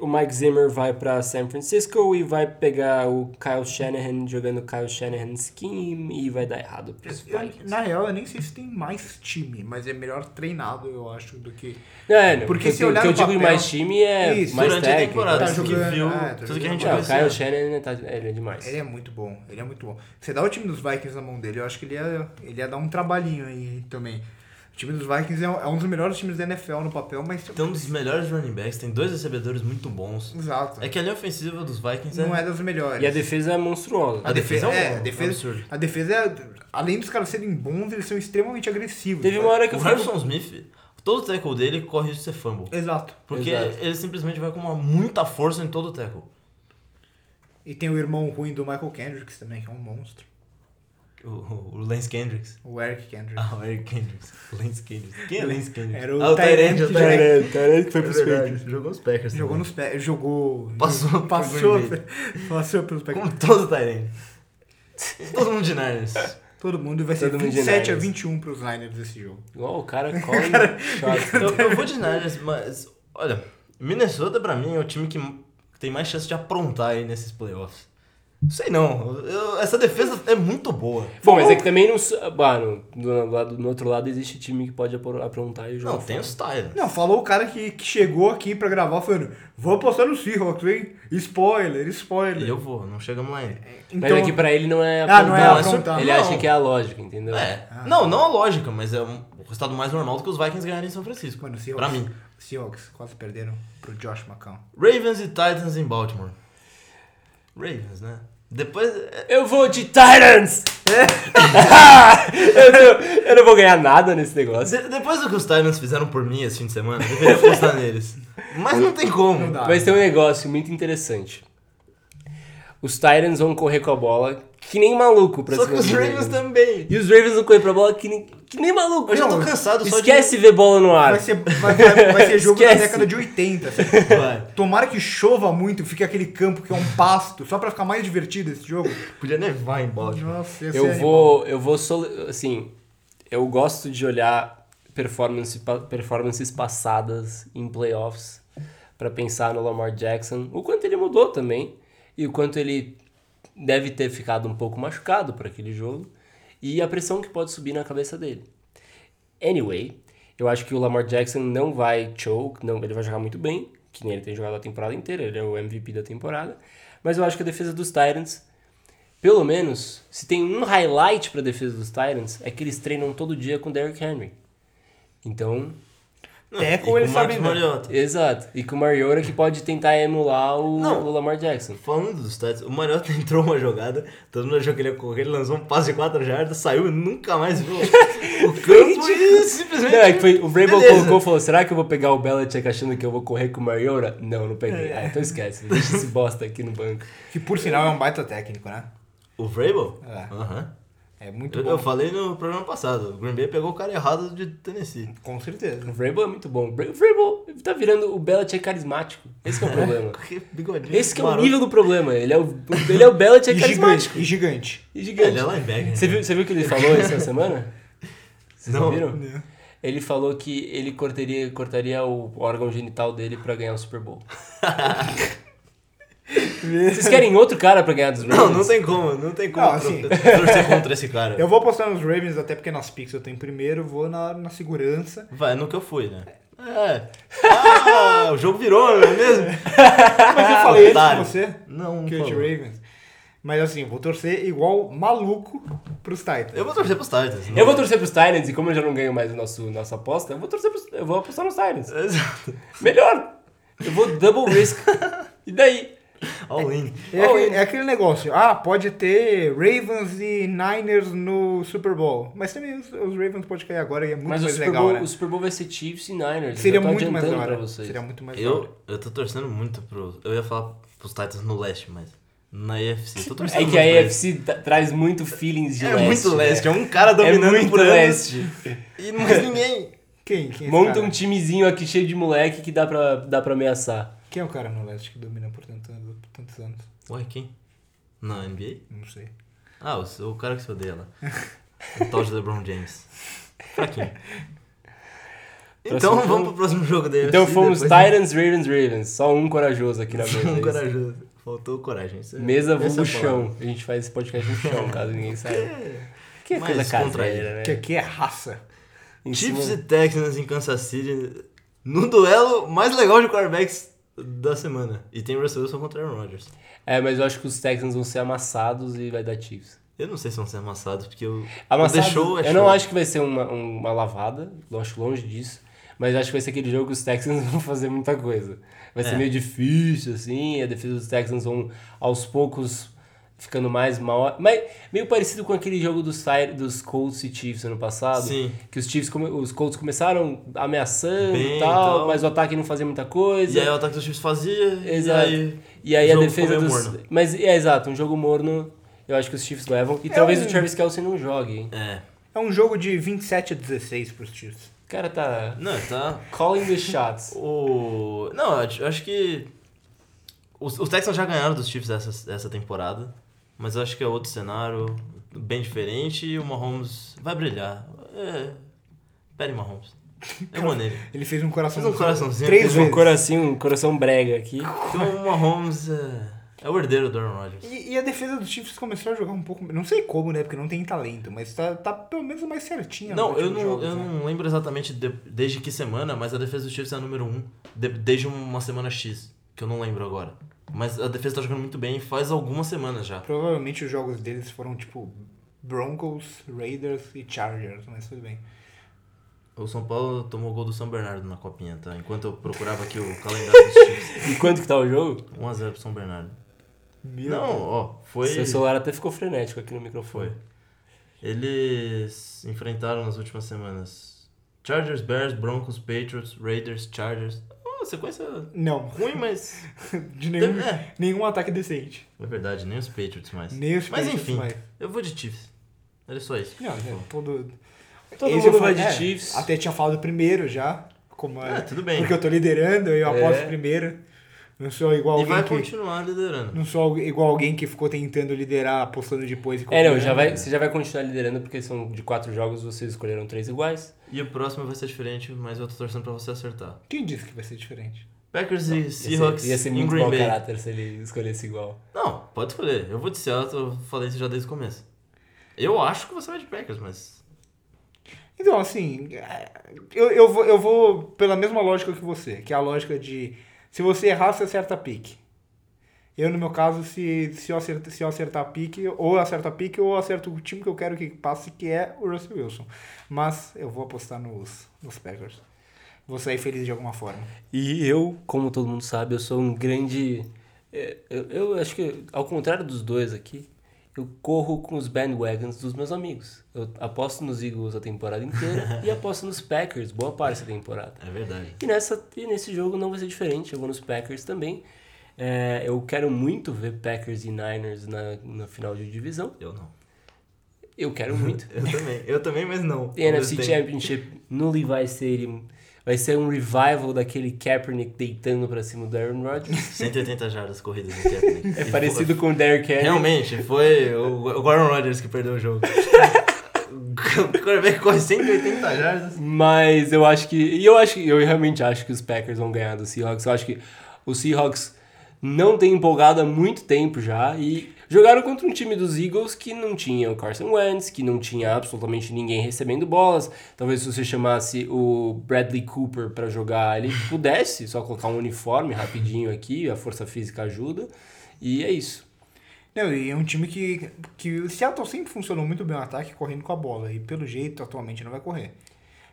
[SPEAKER 2] O Mike Zimmer vai pra San Francisco e vai pegar o Kyle Shanahan jogando Kyle Shanahan scheme e vai dar errado pros
[SPEAKER 1] Eu-
[SPEAKER 2] Vikings.
[SPEAKER 1] na real, eu nem sei se tem mais time, mas é melhor treinado, eu acho, do que.
[SPEAKER 2] É, não,
[SPEAKER 1] Porque
[SPEAKER 2] o
[SPEAKER 1] se
[SPEAKER 2] que eu- o
[SPEAKER 1] olhar
[SPEAKER 2] que eu
[SPEAKER 1] no
[SPEAKER 2] digo em
[SPEAKER 1] papel-
[SPEAKER 2] mais time é
[SPEAKER 1] Isso,
[SPEAKER 2] mais
[SPEAKER 3] durante a
[SPEAKER 2] técnico.
[SPEAKER 3] temporada,
[SPEAKER 1] tá
[SPEAKER 3] tudo que
[SPEAKER 1] jogando,
[SPEAKER 3] viu,
[SPEAKER 1] é, tá
[SPEAKER 3] tudo que a gente
[SPEAKER 2] É,
[SPEAKER 3] viu
[SPEAKER 2] o
[SPEAKER 3] esse
[SPEAKER 2] Kyle
[SPEAKER 3] ano.
[SPEAKER 2] Shanahan tá, ele é demais.
[SPEAKER 1] Ele é muito bom, ele é muito bom. Você dá o time dos Vikings na mão dele, eu acho que ele ia, ele ia dar um trabalhinho aí também. O time dos Vikings é um, é um dos melhores times da NFL no papel, mas.
[SPEAKER 3] Tem um
[SPEAKER 2] Então,
[SPEAKER 3] dos melhores running backs, tem dois recebedores muito bons.
[SPEAKER 1] Exato.
[SPEAKER 3] É que a linha ofensiva dos Vikings
[SPEAKER 1] Não
[SPEAKER 3] é...
[SPEAKER 1] é das melhores.
[SPEAKER 2] E a defesa é monstruosa.
[SPEAKER 3] A defesa é um
[SPEAKER 1] a defesa,
[SPEAKER 3] absurdo.
[SPEAKER 1] a defesa é. Além dos caras serem bons, eles são extremamente agressivos. né?
[SPEAKER 2] Teve
[SPEAKER 1] sabe?
[SPEAKER 2] uma hora que
[SPEAKER 3] O
[SPEAKER 2] eu fiquei.
[SPEAKER 3] Harrison Smith, todo tackle dele corre risco de ser fumble.
[SPEAKER 1] Exato.
[SPEAKER 3] Porque
[SPEAKER 2] Exato.
[SPEAKER 3] ele simplesmente vai com uma muita força em todo o tackle.
[SPEAKER 1] E tem o irmão ruim do Michael Kendricks também, que é um monstro.
[SPEAKER 3] O, o Lance Kendricks.
[SPEAKER 1] O Eric Kendricks.
[SPEAKER 3] Ah, o Eric Kendricks. Lance Kendricks. Quem é Lance Kendricks?
[SPEAKER 1] Era o
[SPEAKER 3] ah, o
[SPEAKER 1] tight
[SPEAKER 3] Tyrant.
[SPEAKER 1] end
[SPEAKER 3] O
[SPEAKER 1] de-
[SPEAKER 3] Tyrant.
[SPEAKER 2] Caralho, caralho, que foi pros
[SPEAKER 3] É verdade,
[SPEAKER 2] Patriots.
[SPEAKER 3] Jogou nos Packers.
[SPEAKER 1] Jogou nos pés, jogou.
[SPEAKER 3] Passou
[SPEAKER 1] passou,
[SPEAKER 3] por vermelho.
[SPEAKER 1] passou pelos pés.
[SPEAKER 3] Como todo Tyrant. todo mundo de Niners.
[SPEAKER 1] Todo mundo vai ser
[SPEAKER 2] Todo mundo de
[SPEAKER 1] 27 a
[SPEAKER 2] Niners.
[SPEAKER 1] 21 pros Niners esse jogo.
[SPEAKER 2] Igual o cara Então, corre shot.
[SPEAKER 1] tá-
[SPEAKER 3] Eu, eu vou de Niners, mas... Olha, Minnesota pra mim é o time que tem mais chance de aprontar aí nesses playoffs. Sei não. Eu- essa defesa é muito boa.
[SPEAKER 2] Bom, mas é que também não. s- bah, no, do lado- no outro lado existe time que pode apro- aprontar e jogar.
[SPEAKER 3] Não, tem os Titans.
[SPEAKER 1] Não, falou o cara que, que chegou aqui pra gravar falando, vou postar no Seahawks, hein? Spoiler, spoiler.
[SPEAKER 3] E eu vou, não chegamos lá ainda.
[SPEAKER 1] Então,
[SPEAKER 2] Mas é que pra ele não é
[SPEAKER 1] Ah, não é
[SPEAKER 2] aprontar.
[SPEAKER 1] aprontar.
[SPEAKER 2] Ele
[SPEAKER 3] Não.
[SPEAKER 2] acha que é a lógica, entendeu?
[SPEAKER 3] É. Não, não a lógica, mas é um o resultado mais normal do que os Vikings ganharem em São Francisco.
[SPEAKER 1] Mano,
[SPEAKER 3] pra
[SPEAKER 1] Seahawks,
[SPEAKER 3] mim.
[SPEAKER 1] Seahawks quase perderam pro Josh McCown.
[SPEAKER 3] Ravens e Titans em Baltimore. Ravens, né? Depois. é,
[SPEAKER 2] Eu vou de Titans!
[SPEAKER 1] É.
[SPEAKER 2] eu, não, eu não vou ganhar nada nesse negócio.
[SPEAKER 3] de- depois do que os Titans fizeram por mim esse fim de semana, eu deveria apostar neles. Mas não tem como.
[SPEAKER 1] dá.
[SPEAKER 2] Mas tem um negócio muito interessante. Os Titans vão correr com a bola que nem maluco pra
[SPEAKER 3] Só que
[SPEAKER 2] cima
[SPEAKER 3] os
[SPEAKER 2] dos
[SPEAKER 3] Ravens também.
[SPEAKER 2] E os Ravens vão correr pra bola que nem, que nem maluco.
[SPEAKER 3] Eu já
[SPEAKER 2] Não,
[SPEAKER 3] tô cansado só de-
[SPEAKER 2] Esquece ver bola no ar.
[SPEAKER 1] Vai ser, vai, vai- vai ser jogo da
[SPEAKER 2] Esquece.
[SPEAKER 1] década de 80. assim.
[SPEAKER 3] Vai.
[SPEAKER 1] Tomara que chova muito, fique aquele campo que é um pasto, só pra ficar mais divertido esse jogo.
[SPEAKER 3] Podia nevar em Baltimore.
[SPEAKER 1] Nossa, ia ser
[SPEAKER 2] Eu
[SPEAKER 1] animal.
[SPEAKER 2] vou, eu vou sole- assim, eu gosto de olhar performance, pa- performances passadas em playoffs pra pensar no Lamar Jackson, o quanto ele mudou também e o quanto ele deve ter ficado um pouco machucado por aquele jogo e a pressão que pode subir na cabeça dele. Anyway, eu acho que o Lamar Jackson não vai choke, não, ele vai jogar muito bem, que nem ele tem jogado a temporada inteira, ele é o MVP da temporada, mas eu acho que a defesa dos Titans pelo menos, se tem um highlight pra defesa dos Titans, é que eles treinam todo dia com o Derrick Henry. Então,
[SPEAKER 1] Teco
[SPEAKER 3] E com
[SPEAKER 1] ele
[SPEAKER 3] o
[SPEAKER 1] sabe
[SPEAKER 2] né?
[SPEAKER 3] Marcus
[SPEAKER 1] bem.
[SPEAKER 3] Mariota.
[SPEAKER 2] exato. E com o Mariota que pode tentar emular o,
[SPEAKER 3] Não.
[SPEAKER 2] o Lamar Jackson.
[SPEAKER 3] Falando dos Titans, o Mariota entrou uma jogada, todo mundo achou que ele ia correr, ele lançou um passe de 4 jardas, saiu e nunca mais viu o campo e simplesmente...
[SPEAKER 2] Não, é que foi, o Vrabel
[SPEAKER 3] Beleza.
[SPEAKER 2] colocou e falou, será que eu vou pegar o Belichick achando que eu vou correr com o Mariota? Não, não peguei. Ah, então esquece, deixa esse bosta aqui no banco.
[SPEAKER 1] Que por sinal é um baita técnico, né?
[SPEAKER 3] O Vrabel?
[SPEAKER 1] É.
[SPEAKER 3] Aham.
[SPEAKER 1] É muito
[SPEAKER 3] Eu,
[SPEAKER 1] bom.
[SPEAKER 3] eu falei no programa passado, o Green Bay pegou o cara errado de Tennessee.
[SPEAKER 1] Com certeza.
[SPEAKER 2] O Vrabel é muito bom. O Vrabel tá virando o Belichick carismático. Esse que é o problema.
[SPEAKER 3] Que bigodinho.
[SPEAKER 2] Esse que é o
[SPEAKER 3] maroto.
[SPEAKER 2] nível do problema. Ele é o, ele é o Belichick
[SPEAKER 1] E gigante.
[SPEAKER 2] carismático.
[SPEAKER 1] E gigante.
[SPEAKER 2] E
[SPEAKER 3] É,
[SPEAKER 2] gigante.
[SPEAKER 3] Ele é linebacker.
[SPEAKER 2] Você viu, você viu o que ele falou essa semana? Vocês
[SPEAKER 3] Não.
[SPEAKER 2] viram? Ele falou que ele cortaria, cortaria o órgão genital dele pra ganhar o Super Bowl. Vocês querem outro cara pra ganhar dos Ravens?
[SPEAKER 3] Não, não tem como, não tem como
[SPEAKER 1] Não, assim-
[SPEAKER 3] tro- torcer contra esse cara.
[SPEAKER 1] Eu vou apostar nos Ravens, até porque nas picks eu tenho primeiro, vou na, na segurança.
[SPEAKER 3] Vai, no que eu fui, né? É. Ah, o jogo virou, não é mesmo?
[SPEAKER 2] Ah,
[SPEAKER 1] Mas eu falei antes de
[SPEAKER 3] otário.
[SPEAKER 1] você,
[SPEAKER 3] Não,
[SPEAKER 1] que
[SPEAKER 3] por
[SPEAKER 1] é de
[SPEAKER 3] favor.
[SPEAKER 1] Ravens. Mas assim, vou torcer igual maluco pros Titans.
[SPEAKER 3] Eu vou torcer pros Titans.
[SPEAKER 2] Eu vou torcer pros Titans e como eu já não ganho mais o nosso, nossa aposta, eu vou torcer pros, eu vou apostar nos Titans.
[SPEAKER 3] Exato.
[SPEAKER 2] Melhor! Eu vou double risk. E daí?
[SPEAKER 3] All in.
[SPEAKER 1] É, aquele, é aquele negócio, ah, pode ter Ravens e Niners no Super Bowl. Mas também os, os Ravens podem cair agora e é muito
[SPEAKER 2] Mas o
[SPEAKER 1] mais
[SPEAKER 2] Super,
[SPEAKER 1] legal,
[SPEAKER 2] Bowl,
[SPEAKER 1] né?
[SPEAKER 2] o Super Bowl vai ser Chiefs e Niners.
[SPEAKER 1] Seria
[SPEAKER 2] eu tô
[SPEAKER 1] muito mais
[SPEAKER 2] adiantando
[SPEAKER 1] da hora.
[SPEAKER 2] pra vocês. É
[SPEAKER 1] Seria muito mais da hora.
[SPEAKER 3] Eu, eu tô torcendo muito pro. Eu ia falar pros Titans no leste, mas. Na EFC. Tô torcendo
[SPEAKER 2] É
[SPEAKER 3] muito
[SPEAKER 2] que a
[SPEAKER 3] pra eles.
[SPEAKER 2] EFC tra- traz muito feelings de
[SPEAKER 3] É
[SPEAKER 2] leste.
[SPEAKER 3] muito
[SPEAKER 2] né?
[SPEAKER 3] leste, é um cara dominando
[SPEAKER 2] é muito
[SPEAKER 3] por anos.
[SPEAKER 2] leste.
[SPEAKER 3] E não mais ninguém.
[SPEAKER 1] Quem? Quem é esse
[SPEAKER 2] Monta
[SPEAKER 1] cara?
[SPEAKER 2] um timezinho aqui cheio de moleque que dá pra, dá pra ameaçar.
[SPEAKER 1] Quem é o cara no leste que domina por tanto- por tantos anos?
[SPEAKER 3] Ué, quem? Na NBA?
[SPEAKER 1] Não sei.
[SPEAKER 3] Ah, o, seu- o cara que se odeia lá. O tal de LeBron James. Fraquinho. Então
[SPEAKER 2] Próximo jogo?
[SPEAKER 3] vamos pro próximo jogo da EFC.
[SPEAKER 2] Então fomos
[SPEAKER 3] depois-
[SPEAKER 2] Titans, Ravens, Ravens. Só um corajoso aqui na mesa.
[SPEAKER 3] Um
[SPEAKER 2] isso.
[SPEAKER 3] corajoso. Faltou coragem. Isso é-
[SPEAKER 2] Mesa
[SPEAKER 3] essa é
[SPEAKER 2] vulgo
[SPEAKER 3] a palavra.
[SPEAKER 2] chão. A gente faz esse podcast no chão, caso ninguém saiba. Que é
[SPEAKER 3] mais
[SPEAKER 2] coisa caseira,
[SPEAKER 3] contraído.
[SPEAKER 2] né?
[SPEAKER 1] Que aqui é raça.
[SPEAKER 2] Em
[SPEAKER 3] Chiefs
[SPEAKER 2] cima-
[SPEAKER 3] e Texans em Kansas City no duelo mais legal de quarterbacks da semana. E tem Russell Wilson contra Aaron Rodgers.
[SPEAKER 2] É, mas eu acho que os Texans vão ser amassados e vai dar Chiefs.
[SPEAKER 3] Eu não sei se vão ser amassados, porque eu,
[SPEAKER 2] Amassados,
[SPEAKER 3] show é
[SPEAKER 2] eu não
[SPEAKER 3] show.
[SPEAKER 2] acho que vai ser uma, um, uma lavada, eu acho longe disso. Mas acho que vai ser aquele jogo que os Texans vão fazer muita coisa. Vai ser
[SPEAKER 3] É.
[SPEAKER 2] meio difícil, assim, a defesa dos Texans vão aos poucos ficando mais mal. Mas meio parecido com aquele jogo dos, Fire- dos Colts e Chiefs ano passado.
[SPEAKER 3] Sim.
[SPEAKER 2] Que os Chiefs, come- os Colts começaram ameaçando
[SPEAKER 3] Bem
[SPEAKER 2] e
[SPEAKER 3] e
[SPEAKER 2] tal,
[SPEAKER 3] tal.
[SPEAKER 2] mas o ataque não fazia muita
[SPEAKER 3] E
[SPEAKER 2] coisa.
[SPEAKER 3] aí o ataque dos Chiefs fazia.
[SPEAKER 2] Exato.
[SPEAKER 3] E aí,
[SPEAKER 2] E aí
[SPEAKER 3] o
[SPEAKER 2] a
[SPEAKER 3] jogo
[SPEAKER 2] defesa
[SPEAKER 3] ficou
[SPEAKER 2] dos.
[SPEAKER 3] meio morno.
[SPEAKER 2] Mas é exato, um jogo morno. Eu acho que os Chiefs levam. E
[SPEAKER 1] É
[SPEAKER 2] talvez
[SPEAKER 1] um-
[SPEAKER 2] o Travis Kelsey não jogue, hein?
[SPEAKER 3] É.
[SPEAKER 1] É um jogo de 27 a 16 pros Chiefs.
[SPEAKER 2] O cara tá.
[SPEAKER 3] Não, tá.
[SPEAKER 2] Calling the shots.
[SPEAKER 3] O. Não, eu acho- eu acho que. Os, os Texans já ganharam dos Chiefs essa, essa temporada. Mas eu acho que é outro cenário bem diferente e o Mahomes vai brilhar. É. Pere Mahomes. Eu vou nele.
[SPEAKER 1] Ele fez um coraçãozinho.
[SPEAKER 3] Fez um coraçãozinho,
[SPEAKER 1] Três
[SPEAKER 2] Fez
[SPEAKER 1] vezes.
[SPEAKER 2] um coração, um coração brega aqui.
[SPEAKER 3] Então o Mahomes é. É o herdeiro do Aaron Rodgers.
[SPEAKER 1] E, e a defesa dos Chiefs começou a jogar um pouco. Não sei como, né? Porque não tem talento, mas tá, tá pelo menos mais
[SPEAKER 2] é um
[SPEAKER 1] certinha.
[SPEAKER 3] Não,
[SPEAKER 1] nos
[SPEAKER 3] eu não,
[SPEAKER 1] últimos jogos,
[SPEAKER 3] eu
[SPEAKER 1] né?
[SPEAKER 3] não lembro exatamente de- desde que semana, mas a defesa dos Chiefs é a número 1 um, de- desde uma semana X, que eu não lembro agora. Mas a defesa tá jogando muito bem faz algumas semanas já.
[SPEAKER 1] Provavelmente os jogos deles foram tipo Broncos, Raiders e Chargers, mas tudo bem.
[SPEAKER 3] O São Paulo tomou o gol do São Bernardo na copinha, tá? Enquanto eu procurava aqui o calendário dos Chiefs.
[SPEAKER 2] E quanto que tá o jogo?
[SPEAKER 3] 1x0 pro São Bernardo.
[SPEAKER 1] Meu
[SPEAKER 3] Não, ó, foi.
[SPEAKER 2] Seu celular até ficou frenético aqui no microfone.
[SPEAKER 3] Foi. Eles enfrentaram nas últimas semanas Chargers, Bears, Broncos, Patriots, Raiders, Chargers. Uma sequência
[SPEAKER 1] Não,
[SPEAKER 3] ruim, mas.
[SPEAKER 1] de nenhum,
[SPEAKER 3] É.
[SPEAKER 1] nenhum ataque decente.
[SPEAKER 3] É verdade, nem os Patriots mais.
[SPEAKER 1] Nem os
[SPEAKER 3] mas
[SPEAKER 1] Patriots
[SPEAKER 3] enfim,
[SPEAKER 1] mais.
[SPEAKER 3] eu vou de Chiefs. Era só isso.
[SPEAKER 1] Não, é, todo.
[SPEAKER 2] Todo
[SPEAKER 1] Esse
[SPEAKER 2] mundo
[SPEAKER 1] eu
[SPEAKER 2] vai
[SPEAKER 1] falei-
[SPEAKER 2] de
[SPEAKER 1] é,
[SPEAKER 2] Chiefs.
[SPEAKER 1] Até tinha falado primeiro já. Como é,
[SPEAKER 3] É, tudo bem.
[SPEAKER 1] Porque eu tô liderando, eu aposto
[SPEAKER 2] É.
[SPEAKER 1] primeiro. Não sou igual
[SPEAKER 3] E
[SPEAKER 1] alguém
[SPEAKER 3] vai
[SPEAKER 1] que.
[SPEAKER 3] continuar liderando.
[SPEAKER 1] Não sou igual alguém que ficou tentando liderar, apostando depois e
[SPEAKER 2] É, não,
[SPEAKER 1] copiando.
[SPEAKER 2] já vai, você já vai continuar liderando porque são de quatro jogos, vocês escolheram três iguais.
[SPEAKER 3] E o próximo vai ser diferente, mas eu tô torcendo pra você acertar.
[SPEAKER 1] Quem disse que vai ser diferente?
[SPEAKER 3] Packers e
[SPEAKER 2] Ia
[SPEAKER 3] Seahawks
[SPEAKER 2] ser, ia ser
[SPEAKER 3] em
[SPEAKER 2] muito
[SPEAKER 3] Green
[SPEAKER 2] mau
[SPEAKER 3] Bay.
[SPEAKER 2] caráter se ele escolhesse igual.
[SPEAKER 3] Não, pode escolher. Eu vou de Seattle, eu falei isso já desde o começo. Eu acho que você vai de Packers, mas.
[SPEAKER 1] Então, assim, eu, eu, vou, eu vou pela mesma lógica que você, que é a lógica de se você errar, você acerta a pique. Eu, no meu caso, se, se, eu acertar, se eu acertar a pique, ou eu acerto a pique, ou eu acerto o time que eu quero que passe, que é o Russell Wilson. Mas eu vou apostar nos, nos Packers. Vou sair feliz de alguma forma.
[SPEAKER 2] E eu, como todo mundo sabe, eu sou um grande. é, Eu, eu acho que, ao contrário dos dois aqui, eu corro com os bandwagons dos meus amigos. Eu aposto nos Eagles a temporada inteira e aposto nos Packers boa parte da temporada.
[SPEAKER 3] É verdade.
[SPEAKER 2] E, nessa, e nesse jogo não vai ser diferente, eu vou nos Packers também. É, eu quero muito ver Packers e Niners na, na final de divisão.
[SPEAKER 3] Eu não.
[SPEAKER 2] Eu quero muito.
[SPEAKER 3] Eu também, eu também, mas não.
[SPEAKER 2] E NFC Championship no Levi Stadium. Vai ser um revival daquele Kaepernick deitando pra cima do Aaron Rodgers.
[SPEAKER 3] 180 jardas corridas do Kaepernick.
[SPEAKER 2] É parecido com o Derrick Henry.
[SPEAKER 3] Realmente, foi o o Aaron Rodgers que perdeu o jogo. o quarterback corre 180 jardas.
[SPEAKER 2] Mas eu acho que. E eu acho que eu realmente acho que os Packers vão ganhar do Seahawks. Eu acho que o Seahawks não tem empolgado há muito tempo já. E jogaram contra um time dos Eagles que não tinha o Carson Wentz, que não tinha absolutamente ninguém recebendo bolas. Talvez se você chamasse o Bradley Cooper pra jogar, ele pudesse, só colocar um uniforme rapidinho aqui, a força física ajuda. E é isso.
[SPEAKER 1] Não, e é um time que, que o Seattle sempre funcionou muito bem no ataque correndo com a bola, e pelo jeito atualmente não vai correr.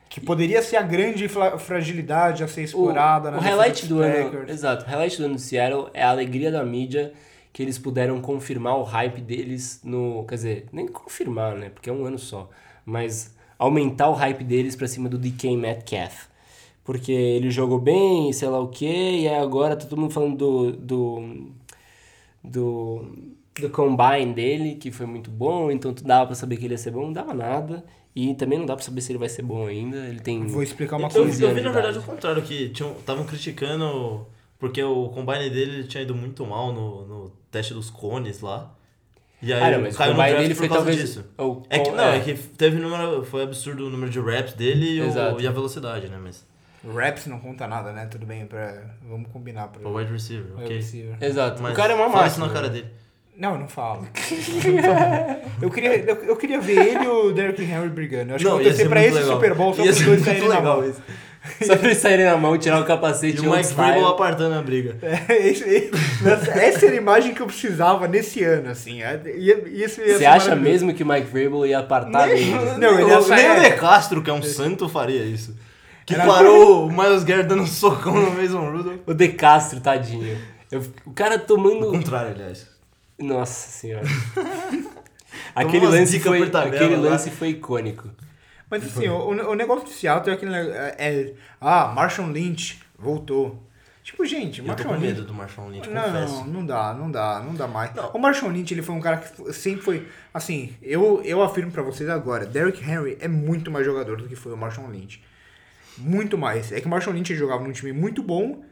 [SPEAKER 1] Que poderia ser a grande fla- fragilidade a ser explorada
[SPEAKER 2] o,
[SPEAKER 1] na
[SPEAKER 2] o
[SPEAKER 1] defesa
[SPEAKER 2] highlight
[SPEAKER 1] dos
[SPEAKER 2] do ano,
[SPEAKER 1] Packers.
[SPEAKER 2] exato, o highlight do ano do Seattle é a alegria da mídia que eles puderam confirmar o hype deles no, quer dizer, nem confirmar, né, porque é um ano só, mas aumentar o hype deles pra cima do DK Metcalf. Porque ele jogou bem, sei lá o quê, e aí agora tá todo mundo falando do do do, do combine dele, que foi muito bom, então tu dava pra saber que ele ia ser bom, não dava nada. E também não dá pra saber se ele vai ser bom ainda. Ele tem. Então,
[SPEAKER 1] Vou explicar uma
[SPEAKER 3] Eu,
[SPEAKER 1] coisa.
[SPEAKER 2] Quinze
[SPEAKER 3] Então, eu vi,
[SPEAKER 2] anos
[SPEAKER 3] na
[SPEAKER 2] de
[SPEAKER 3] verdade, o
[SPEAKER 2] idade.
[SPEAKER 3] contrário, que estavam criticando porque o combine dele tinha ido muito mal no, no teste dos cones lá. E aí
[SPEAKER 2] Ah, não, mas o
[SPEAKER 3] caiu no
[SPEAKER 2] combine
[SPEAKER 3] draft
[SPEAKER 2] dele
[SPEAKER 3] por
[SPEAKER 2] foi
[SPEAKER 3] causa
[SPEAKER 2] talvez-
[SPEAKER 3] disso.
[SPEAKER 2] o
[SPEAKER 3] é que,
[SPEAKER 2] con-
[SPEAKER 3] não,
[SPEAKER 2] é.
[SPEAKER 3] é. que teve número, foi absurdo o número de reps dele e, o-
[SPEAKER 2] Exato.
[SPEAKER 3] e a velocidade, né? Mas
[SPEAKER 1] Raps não conta nada, né? Tudo bem, pra... vamos combinar. Pra...
[SPEAKER 3] o wide receiver,
[SPEAKER 1] wide
[SPEAKER 3] ok.
[SPEAKER 1] receiver.
[SPEAKER 2] Exato.
[SPEAKER 3] Mas né?
[SPEAKER 2] o cara é uma
[SPEAKER 3] fala isso
[SPEAKER 2] máquina.
[SPEAKER 3] na cara dele.
[SPEAKER 1] Não, eu não falo. eu, queria, eu, eu queria ver ele e o Derrick Henry brigando. Eu acho
[SPEAKER 3] não,
[SPEAKER 1] que eu vou
[SPEAKER 3] ia
[SPEAKER 1] torcer
[SPEAKER 3] ser
[SPEAKER 1] pra
[SPEAKER 3] muito
[SPEAKER 1] esse
[SPEAKER 3] legal.
[SPEAKER 1] Super Bowl só
[SPEAKER 3] Ia
[SPEAKER 1] os
[SPEAKER 3] ser
[SPEAKER 1] dois
[SPEAKER 3] muito
[SPEAKER 1] saírem na
[SPEAKER 3] legal
[SPEAKER 1] mão.
[SPEAKER 3] isso.
[SPEAKER 2] Só pra eles saírem na mão, tirar o capacete
[SPEAKER 3] E
[SPEAKER 2] um
[SPEAKER 3] o Mike
[SPEAKER 2] style. É.
[SPEAKER 3] Vrabel apartando a briga.
[SPEAKER 1] É, Esse- esse- nossa, essa era a imagem que eu precisava nesse ano, assim. É, ia- Isso ia
[SPEAKER 2] Você
[SPEAKER 1] ser
[SPEAKER 2] acha
[SPEAKER 1] maravilhoso.
[SPEAKER 2] mesmo que o Mike Vrabel ia apartar dele?
[SPEAKER 1] Não,
[SPEAKER 2] é
[SPEAKER 1] ele ia
[SPEAKER 3] O- nem o
[SPEAKER 1] sair.
[SPEAKER 3] De Castro, que é um santo, faria isso. Que
[SPEAKER 1] Era-
[SPEAKER 3] parou o Miles Garrett dando um socão no Mason Rudolph.
[SPEAKER 2] O De Castro, tadinho. Eu- o cara
[SPEAKER 3] O
[SPEAKER 2] tomando.
[SPEAKER 3] contrário, aliás.
[SPEAKER 2] Nossa senhora. aquele
[SPEAKER 3] umas
[SPEAKER 2] lance,
[SPEAKER 3] dicas
[SPEAKER 2] foi,
[SPEAKER 3] por tabela
[SPEAKER 2] aquele
[SPEAKER 3] lá.
[SPEAKER 2] lance foi icônico.
[SPEAKER 1] Mas assim, o, o negócio do Seattle é aquele neg- é, é, Ah, Marshall Lynch voltou. Tipo, gente,
[SPEAKER 3] Eu tô
[SPEAKER 1] Marshall
[SPEAKER 3] com medo
[SPEAKER 1] Lynch.
[SPEAKER 3] do Marshall Lynch,
[SPEAKER 1] Não,
[SPEAKER 3] confesso.
[SPEAKER 1] não, não dá, não dá, não dá mais.
[SPEAKER 3] Não.
[SPEAKER 1] O Marshall Lynch, ele foi um cara que f- sempre foi. Assim, eu, eu afirmo pra vocês agora: Derrick Henry é muito mais jogador do que foi o Marshall Lynch. Muito mais. É que o Marshall Lynch jogava num time muito bom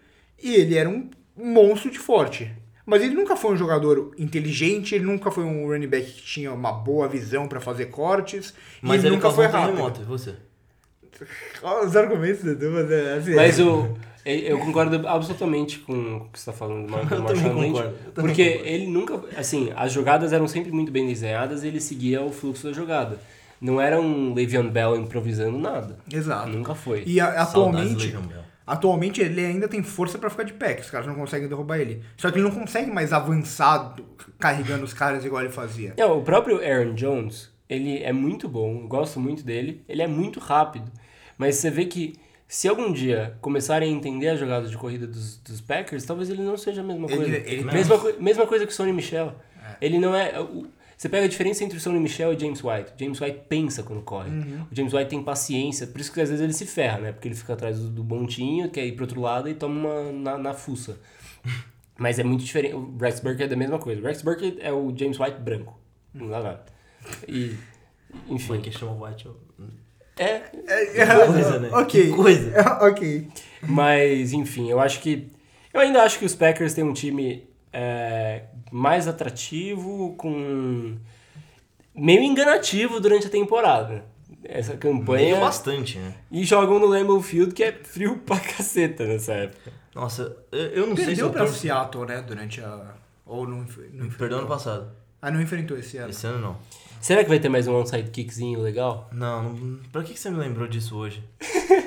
[SPEAKER 1] e ele era um monstro de forte. Mas ele nunca foi um jogador inteligente, ele nunca foi um running back que tinha uma boa visão pra fazer cortes.
[SPEAKER 3] Mas
[SPEAKER 1] e
[SPEAKER 3] ele
[SPEAKER 1] nunca
[SPEAKER 3] nunca
[SPEAKER 1] foi
[SPEAKER 3] um
[SPEAKER 1] rápido.
[SPEAKER 3] terremoto, e você?
[SPEAKER 1] Os argumentos do Edu, mas é assim.
[SPEAKER 2] Mas o. É, Eu concordo absolutamente com o que você está falando, Marco
[SPEAKER 3] Eu também
[SPEAKER 2] Marshall Lynch,
[SPEAKER 3] concordo, eu também
[SPEAKER 2] porque
[SPEAKER 3] concordo.
[SPEAKER 2] ele nunca, assim, as jogadas eram sempre muito bem desenhadas, ele seguia o fluxo da jogada. Não era um Le'Veon Bell improvisando nada.
[SPEAKER 1] Exato.
[SPEAKER 2] Nunca foi.
[SPEAKER 1] E a-
[SPEAKER 3] Saudades do
[SPEAKER 1] atualmente,
[SPEAKER 3] Legion Bell.
[SPEAKER 1] atualmente ele ainda tem força pra ficar de pé, que os caras não conseguem derrubar ele. Só que ele não consegue mais avançar do- carregando os caras igual ele fazia.
[SPEAKER 2] Não, o próprio Aaron Jones, ele é muito bom, eu gosto muito dele, ele é muito rápido. Mas você vê que se algum dia começarem a entender a jogada de corrida dos, dos Packers, talvez ele não seja a mesma
[SPEAKER 1] Ele-
[SPEAKER 2] coisa.
[SPEAKER 1] ele-
[SPEAKER 2] mesma, coi- mesma coisa que o Sonny Michel. Ele não é. o- você pega a diferença entre o Sonny Michel e James White. O James White pensa quando corre.
[SPEAKER 1] Uhum.
[SPEAKER 2] O James White tem paciência, por isso que às vezes ele se ferra, né? Porque ele fica atrás do, do montinho, quer ir pro outro lado e toma uma na, na fuça. Mas é muito diferente. O Rex Burkhead é da mesma coisa. O Rex Burkhead é o James White branco. Não dá nada. E. Enfim.
[SPEAKER 3] Mas quem chama White. é-
[SPEAKER 2] É.
[SPEAKER 3] Que coisa, né?
[SPEAKER 1] ok. É,
[SPEAKER 3] Que coisa.
[SPEAKER 1] ok.
[SPEAKER 2] Mas, enfim, eu acho que. Eu ainda acho que os Packers têm um time é, mais atrativo, com. meio enganativo durante a temporada. Essa campanha.
[SPEAKER 3] Ganhou bastante, né?
[SPEAKER 2] E jogam no Lambeau Field, que é frio pra caceta nessa época.
[SPEAKER 3] Nossa, eu, eu não sei se
[SPEAKER 1] Perdeu
[SPEAKER 3] eu
[SPEAKER 1] pra
[SPEAKER 3] torço.
[SPEAKER 1] Seattle, né? Durante a. Ou não, enf- não enfrentou.
[SPEAKER 3] Perdeu ano passado.
[SPEAKER 1] Ah, não enfrentou esse ano.
[SPEAKER 3] Esse ano não.
[SPEAKER 2] Será que vai ter mais um onside kickzinho legal?
[SPEAKER 3] Não, não- pra que que você me lembrou disso hoje?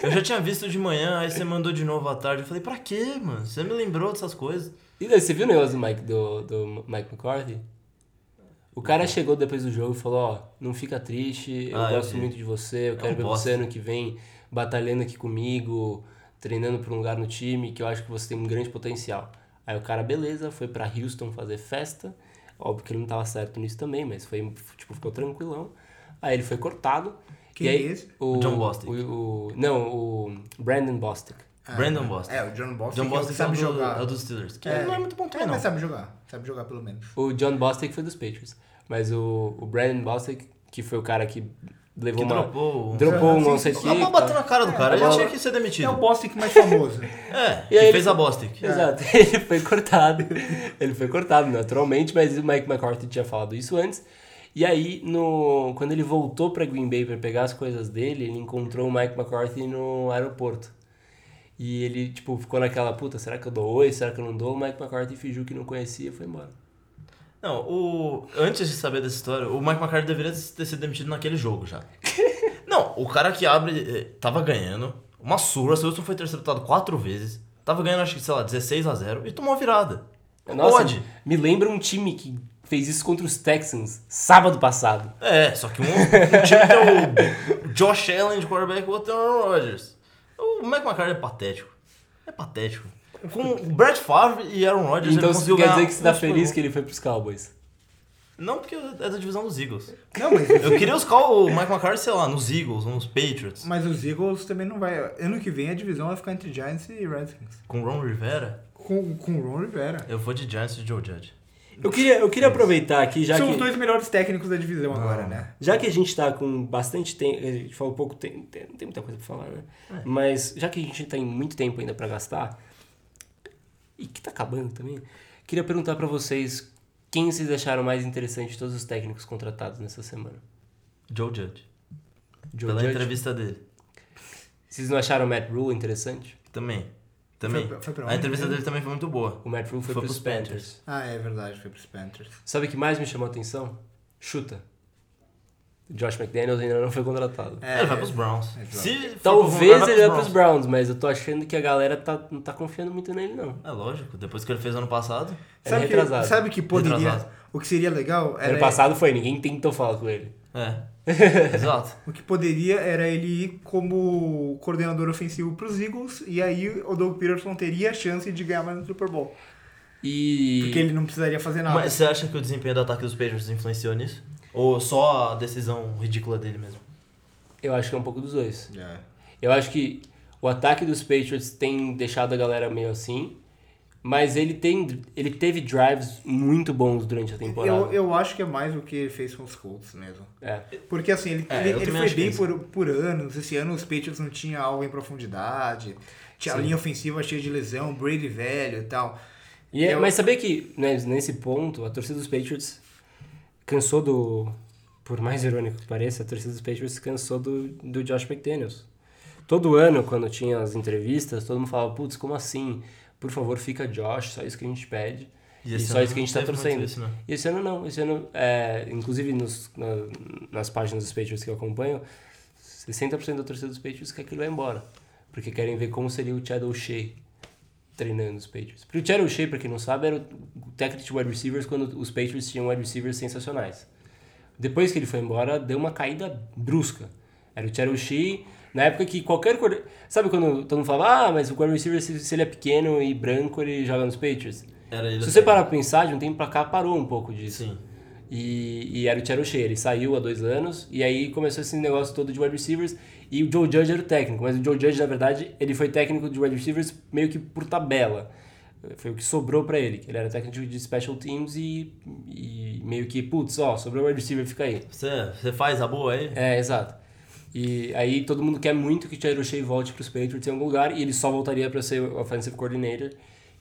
[SPEAKER 3] Eu já tinha visto de manhã, aí você mandou de novo à tarde. Eu falei, pra quê, mano? Você me lembrou dessas coisas?
[SPEAKER 2] E daí, você viu o negócio do Mike, do, do Mike McCarthy? O cara chegou depois do jogo e falou, ó, não fica triste, eu
[SPEAKER 3] Ah, eu
[SPEAKER 2] gosto
[SPEAKER 3] vi.
[SPEAKER 2] muito de você, eu quero
[SPEAKER 3] um
[SPEAKER 2] ver
[SPEAKER 3] bosta.
[SPEAKER 2] você ano que vem batalhando aqui comigo, treinando pra um lugar no time, que eu acho que você tem um grande potencial. Aí o cara, beleza, foi pra Houston fazer festa, óbvio que ele não tava certo nisso também, mas foi, tipo, ficou tranquilão. Aí ele foi cortado.
[SPEAKER 1] Quem
[SPEAKER 2] e aí,
[SPEAKER 1] é esse?
[SPEAKER 2] O,
[SPEAKER 3] John Bostic.
[SPEAKER 2] o- o- não, o Brandon Bostic.
[SPEAKER 3] Brandon Boston.
[SPEAKER 1] É, o John Boston,
[SPEAKER 3] John Boston
[SPEAKER 1] sabe
[SPEAKER 3] é, o do-
[SPEAKER 1] jogar.
[SPEAKER 3] é o dos Steelers. Que
[SPEAKER 1] É.
[SPEAKER 3] não é muito bom também,
[SPEAKER 1] É,
[SPEAKER 3] não.
[SPEAKER 1] mas sabe jogar. Sabe jogar pelo menos.
[SPEAKER 2] O John Bostic foi dos Patriots. Mas o, o Brandon Bostic, que foi o cara que levou
[SPEAKER 3] Que
[SPEAKER 2] uma.
[SPEAKER 3] dropou o-
[SPEAKER 2] dropou
[SPEAKER 1] Sim,
[SPEAKER 2] um
[SPEAKER 1] sim.
[SPEAKER 2] onside
[SPEAKER 3] A bola
[SPEAKER 2] kick.
[SPEAKER 3] bateu
[SPEAKER 2] tá?
[SPEAKER 3] na cara do cara,
[SPEAKER 2] a
[SPEAKER 3] ele
[SPEAKER 2] bola-
[SPEAKER 3] tinha que ser demitido.
[SPEAKER 1] É o Bostic mais famoso.
[SPEAKER 3] É,
[SPEAKER 2] aí
[SPEAKER 3] que
[SPEAKER 2] ele-
[SPEAKER 3] fez a Bostic.
[SPEAKER 2] Exato, ele foi cortado. Ele foi cortado, naturalmente, mas o Mike McCarthy tinha falado isso antes. E aí, no, quando ele voltou para Green Bay para pegar as coisas dele, ele encontrou o Mike McCarthy no aeroporto. E ele, tipo, ficou naquela, puta, será que eu dou oi? Será que eu não dou? O Mike McCarthy fingiu que não conhecia e foi embora.
[SPEAKER 3] Não, o... antes de saber dessa história, o Mike McCarthy deveria ter sido demitido naquele jogo já. não, o cara que abre eh, tava ganhando, uma surra, o Wilson foi interceptado quatro vezes, tava ganhando acho que, sei lá, 16 a 0 e tomou a virada. Não
[SPEAKER 2] Nossa,
[SPEAKER 3] pode.
[SPEAKER 2] me lembra um time que fez isso contra os Texans sábado passado.
[SPEAKER 3] É, só que um, um time tem o Josh Allen de quarterback, o outro é o Aaron Rodgers. O Mike McCarthy é patético. É patético. Com o Brett Favre e Aaron Rodgers
[SPEAKER 2] Então
[SPEAKER 3] ele
[SPEAKER 2] você
[SPEAKER 3] conseguiu
[SPEAKER 2] quer
[SPEAKER 3] ganhar
[SPEAKER 2] dizer que você tá
[SPEAKER 3] um Super
[SPEAKER 2] feliz
[SPEAKER 3] Bowl.
[SPEAKER 2] que ele foi pros Cowboys.
[SPEAKER 3] Não, porque é da divisão dos Eagles.
[SPEAKER 1] Não, mas,
[SPEAKER 3] Eu queria os call, o Mike McCarthy, sei lá, nos Eagles, ou nos Patriots.
[SPEAKER 1] mas os Eagles também não vai. Ano que vem a divisão vai ficar entre Giants e Redskins.
[SPEAKER 3] Com o Ron Rivera,
[SPEAKER 1] Com, com o Ron Rivera.
[SPEAKER 3] eu vou de Giants e Joe Judge.
[SPEAKER 2] Eu queria, eu queria aproveitar aqui, já
[SPEAKER 1] São
[SPEAKER 2] que,
[SPEAKER 1] os dois melhores técnicos da divisão agora, né?
[SPEAKER 2] já que a gente tá com bastante tempo, a gente falou pouco tempo, não tem muita coisa pra falar, né? Mas já que a gente tem muito tempo ainda pra gastar, e que tá acabando também, queria perguntar pra vocês quem vocês acharam mais interessante de todos os técnicos contratados nessa semana.
[SPEAKER 3] Joe Judge.
[SPEAKER 2] Joe
[SPEAKER 3] pela
[SPEAKER 2] Judge?
[SPEAKER 3] entrevista dele.
[SPEAKER 2] Vocês não acharam o Matt Rule interessante?
[SPEAKER 3] Também. Também.
[SPEAKER 1] Foi pra- foi pra
[SPEAKER 3] a
[SPEAKER 1] onde
[SPEAKER 3] entrevista
[SPEAKER 1] mesmo?
[SPEAKER 3] dele também foi muito boa.
[SPEAKER 2] O Matt Rule foi,
[SPEAKER 3] Foi
[SPEAKER 2] pros
[SPEAKER 3] pros Panthers.
[SPEAKER 2] Panthers.
[SPEAKER 1] Ah, é verdade, foi pros Panthers.
[SPEAKER 2] Sabe o que mais me chamou a atenção? Chuta. Josh McDaniels ainda não foi contratado.
[SPEAKER 3] ele vai pros Browns.
[SPEAKER 1] é claro.
[SPEAKER 3] Se for
[SPEAKER 2] Talvez
[SPEAKER 3] pra
[SPEAKER 2] ele vá
[SPEAKER 3] vai
[SPEAKER 2] pros Browns, mas eu tô achando que a galera tá, não tá confiando muito nele, não.
[SPEAKER 3] É lógico, depois que ele fez ano passado.
[SPEAKER 2] Ele é
[SPEAKER 1] Sabe que,
[SPEAKER 2] retrasado.
[SPEAKER 1] sabe que poderia.
[SPEAKER 3] Retrasado.
[SPEAKER 1] O que seria legal era.
[SPEAKER 2] Ano passado foi, ninguém tentou falar com ele.
[SPEAKER 3] É. Exato.
[SPEAKER 1] O que poderia era ele ir como coordenador ofensivo pros Eagles e aí o Doug Peterson teria a chance de ganhar mais um Super Bowl.
[SPEAKER 2] E.
[SPEAKER 1] Porque ele não precisaria fazer nada.
[SPEAKER 3] Mas você acha que o desempenho do ataque dos Patriots influenciou nisso? Ou só a decisão ridícula dele mesmo?
[SPEAKER 2] Eu acho que é um pouco dos dois.
[SPEAKER 1] É.
[SPEAKER 2] Eu acho que o ataque dos Patriots tem deixado a galera meio assim, mas ele tem. ele teve drives muito bons durante a temporada.
[SPEAKER 1] Eu, eu acho que é mais o que ele fez com os Colts mesmo.
[SPEAKER 2] É.
[SPEAKER 1] Porque assim, ele,
[SPEAKER 3] É,
[SPEAKER 1] ele,
[SPEAKER 3] eu
[SPEAKER 1] ele
[SPEAKER 3] também
[SPEAKER 1] foi
[SPEAKER 3] acho que é
[SPEAKER 1] bem
[SPEAKER 3] isso.
[SPEAKER 1] por, por anos. Esse ano os Patriots não tinha algo em profundidade. Tinha a linha ofensiva cheia de lesão, Brady velho e tal.
[SPEAKER 2] E é-
[SPEAKER 1] Eu-
[SPEAKER 2] Mas saber que né, nesse ponto a torcida dos Patriots cansou do. Por mais irônico que pareça, a torcida dos Patriots cansou do, do Josh McDaniels. Todo ano, quando tinha as entrevistas, todo mundo falava, putz, como assim? Por favor, fica Josh, só isso que a gente pede.
[SPEAKER 3] E
[SPEAKER 2] E,
[SPEAKER 3] esse
[SPEAKER 2] só
[SPEAKER 3] ano
[SPEAKER 2] isso que a gente
[SPEAKER 3] não
[SPEAKER 2] tá
[SPEAKER 3] teve muito
[SPEAKER 2] torcendo.
[SPEAKER 3] isso, né?
[SPEAKER 2] E esse ano não. Esse ano, é, inclusive nos, na- nas páginas dos Patriots que eu acompanho, 60% da torcida dos Patriots quer que ele vá embora. Porque querem ver como seria o Chad O'Shea treinando os Patriots. Porque o Chad O'Shea, pra quem não sabe, era o técnico de wide receivers quando os Patriots tinham wide receivers sensacionais. Depois que ele foi embora, deu uma caída brusca. Era o Cherushi, na época que qualquer... quar- Sabe quando todo mundo fala, ah, mas o wide receiver, se, se ele é pequeno e branco, ele joga nos Patriots?
[SPEAKER 3] Era ele
[SPEAKER 2] se
[SPEAKER 3] assim.
[SPEAKER 2] você parar pra pensar, de um tempo pra cá, parou um pouco disso.
[SPEAKER 3] Sim.
[SPEAKER 2] E, e era o Cherushi, ele saiu há dois anos, e aí começou esse negócio todo de wide receivers, e o Joe Judge era o técnico, mas o Joe Judge, na verdade, ele foi técnico de wide receivers meio que por tabela. Foi o que sobrou pra ele, que ele era técnico de special teams e, e meio que, putz, ó, sobrou o wide receiver, fica aí.
[SPEAKER 3] Você, você faz a boa aí?
[SPEAKER 2] É, exato. E aí todo mundo quer muito que o Chad O'Shea volte para os Patriots em algum lugar e ele só voltaria para ser o offensive coordinator.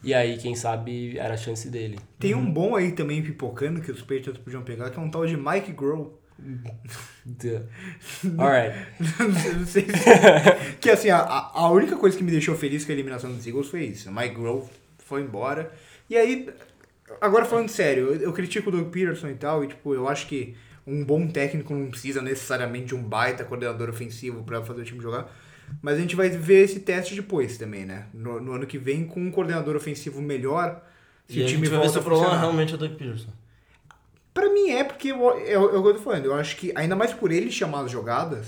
[SPEAKER 2] E aí, quem sabe, era a chance dele.
[SPEAKER 1] Tem um bom aí também pipocando que os Patriots podiam pegar, que é um tal de Mike Grohl.
[SPEAKER 2] Duh. Alright.
[SPEAKER 1] Não sei se- que assim, a, a única coisa que me deixou feliz com a eliminação dos Eagles foi isso. O Mike Grohl foi embora. E aí, agora falando sério, eu, eu critico o Doug Peterson e tal, e tipo, eu acho que um bom técnico não precisa necessariamente de um baita coordenador ofensivo pra fazer o time jogar. Mas a gente vai ver esse teste depois também, né? No, no ano que vem, com um coordenador ofensivo melhor, se
[SPEAKER 3] e
[SPEAKER 1] o time
[SPEAKER 3] a gente vai ver
[SPEAKER 1] volta
[SPEAKER 3] se
[SPEAKER 1] a
[SPEAKER 3] o problema
[SPEAKER 1] funcionar.
[SPEAKER 3] realmente é o Doug Peterson.
[SPEAKER 1] Pra mim é, porque eu, eu, eu tô falando, eu acho que, ainda mais por ele chamar as jogadas,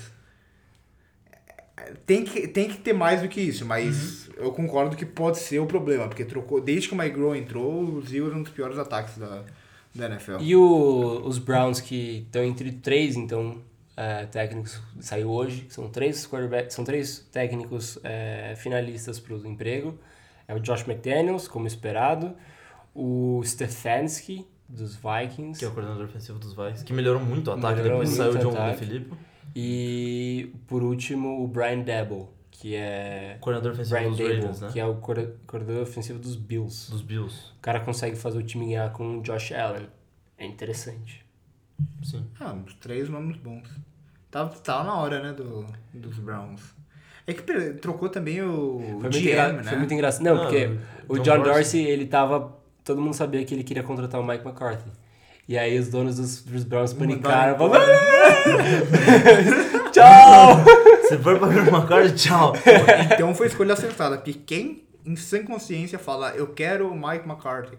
[SPEAKER 1] é, tem que, tem que ter mais do que isso, mas
[SPEAKER 2] Uhum.
[SPEAKER 1] eu concordo que pode ser o problema, porque trocou, desde que o Mike Grohl entrou, os Eagles é um dos piores ataques da, da NFL.
[SPEAKER 2] E o- os Browns que estão entre três, então, é, técnicos, saiu hoje, são três quarterbacks, são três técnicos é, finalistas para o emprego. É o Josh McDaniels, como esperado, o Stefanski, dos Vikings.
[SPEAKER 3] Que é o coordenador ofensivo dos Vikings, que melhorou muito o ataque
[SPEAKER 2] Melhorou
[SPEAKER 3] depois que
[SPEAKER 2] muito
[SPEAKER 3] saiu o
[SPEAKER 2] o
[SPEAKER 3] John
[SPEAKER 2] ataque.
[SPEAKER 3] Filipe.
[SPEAKER 2] E por último, o Brian Dable, que é.
[SPEAKER 3] Coordenador ofensivo
[SPEAKER 2] Brian
[SPEAKER 3] dos
[SPEAKER 2] Dable,
[SPEAKER 3] Ravens, né?
[SPEAKER 2] que é o core- coordenador ofensivo dos Bills.
[SPEAKER 3] Dos Bills.
[SPEAKER 2] O cara consegue fazer o time ganhar com o Josh Allen. É interessante.
[SPEAKER 3] Sim.
[SPEAKER 1] Ah, uns três nomes bons. Tava, tava na hora, né, do, dos Browns. É que per- trocou também o
[SPEAKER 2] Foi muito, é engra-
[SPEAKER 1] GM, né?
[SPEAKER 2] foi muito engraçado. Não,
[SPEAKER 3] Ah,
[SPEAKER 2] porque
[SPEAKER 3] o
[SPEAKER 2] o
[SPEAKER 3] John
[SPEAKER 2] John Dorsey, ele tava. Todo mundo sabia que ele queria contratar o Mike McCarthy. E aí os donos dos, dos Browns panicaram.
[SPEAKER 1] Mandaram
[SPEAKER 2] Falaram, "É!" Tchau!
[SPEAKER 3] Você vai pra ver uma corda, tchau.
[SPEAKER 1] Então foi escolha acertada, porque quem, em sã consciência, fala, eu quero o Mike McCarthy.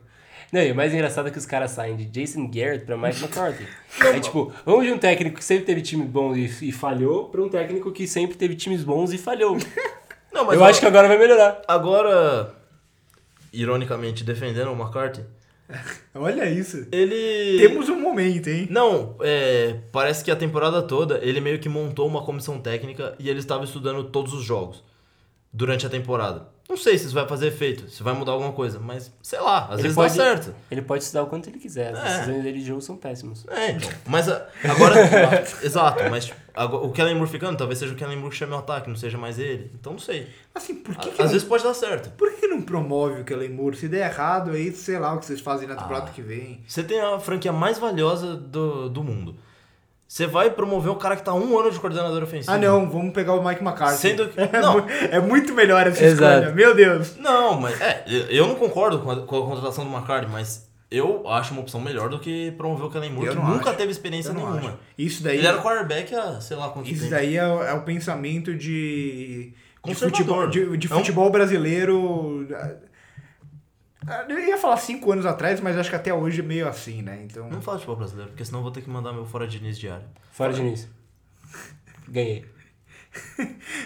[SPEAKER 2] Não, e o mais engraçado é que os caras saem de Jason Garrett pra Mike McCarthy. é tipo, vamos de um técnico que sempre teve time bom e, e falhou pra um técnico que sempre teve times bons e falhou.
[SPEAKER 3] Não,
[SPEAKER 2] Eu acho que agora vai melhorar.
[SPEAKER 3] agora, ironicamente, defendendo o McCarthy,
[SPEAKER 1] Olha isso.
[SPEAKER 3] ele...
[SPEAKER 1] Temos um momento, hein?
[SPEAKER 3] Não, é, parece que a temporada toda ele meio que montou uma comissão técnica e ele estava estudando todos os jogos durante a temporada. Não sei se isso vai fazer efeito, se vai mudar alguma coisa, mas sei lá, às vezes dá tá certo.
[SPEAKER 2] Ele pode estudar o quanto ele quiser. As
[SPEAKER 3] É.
[SPEAKER 2] decisões dele de jogo são péssimas.
[SPEAKER 3] É, então. Mas a- agora. exato, mas tipo, agora, o Kellen Moore ficando, talvez seja o Kellen Moore que chame o ataque, não seja mais ele. Então não sei.
[SPEAKER 1] Assim, por que,
[SPEAKER 3] A-
[SPEAKER 1] que
[SPEAKER 3] às
[SPEAKER 1] não,
[SPEAKER 3] vezes pode dar certo.
[SPEAKER 1] por que não promove o Kellen Moore? Se der errado, aí sei lá o que vocês fazem
[SPEAKER 3] Ah.
[SPEAKER 1] na temporada que vem.
[SPEAKER 3] Você tem a franquia mais valiosa do, do mundo. Você vai promover o cara que tá um ano de coordenador ofensivo.
[SPEAKER 1] Ah não, vamos pegar o Mike McCarthy.
[SPEAKER 3] Sendo que-
[SPEAKER 1] É,
[SPEAKER 3] não.
[SPEAKER 1] mu- é muito melhor essa
[SPEAKER 2] Exato.
[SPEAKER 1] escolha, meu Deus.
[SPEAKER 3] Não, mas é, eu- eu não concordo com a, com a contratação do McCarthy, mas eu acho uma opção melhor do que promover o Kellen Moore,
[SPEAKER 1] Eu
[SPEAKER 3] que
[SPEAKER 1] não
[SPEAKER 3] nunca
[SPEAKER 1] acho.
[SPEAKER 3] teve experiência
[SPEAKER 1] Eu não
[SPEAKER 3] nenhuma.
[SPEAKER 1] acho. Isso daí,
[SPEAKER 3] Ele era o quarterback há sei lá quanto
[SPEAKER 1] isso
[SPEAKER 3] tempo.
[SPEAKER 1] daí é, o- é o pensamento de, de futebol,
[SPEAKER 3] Conservador.
[SPEAKER 1] de, de
[SPEAKER 3] É um-
[SPEAKER 1] futebol brasileiro. Ah, Eu ia falar cinco anos atrás, mas acho que até hoje é meio assim, né? Então.
[SPEAKER 3] Não fala de futebol brasileiro, porque senão eu vou ter que mandar meu fora de Diniz diário.
[SPEAKER 2] Fora de início. Ganhei.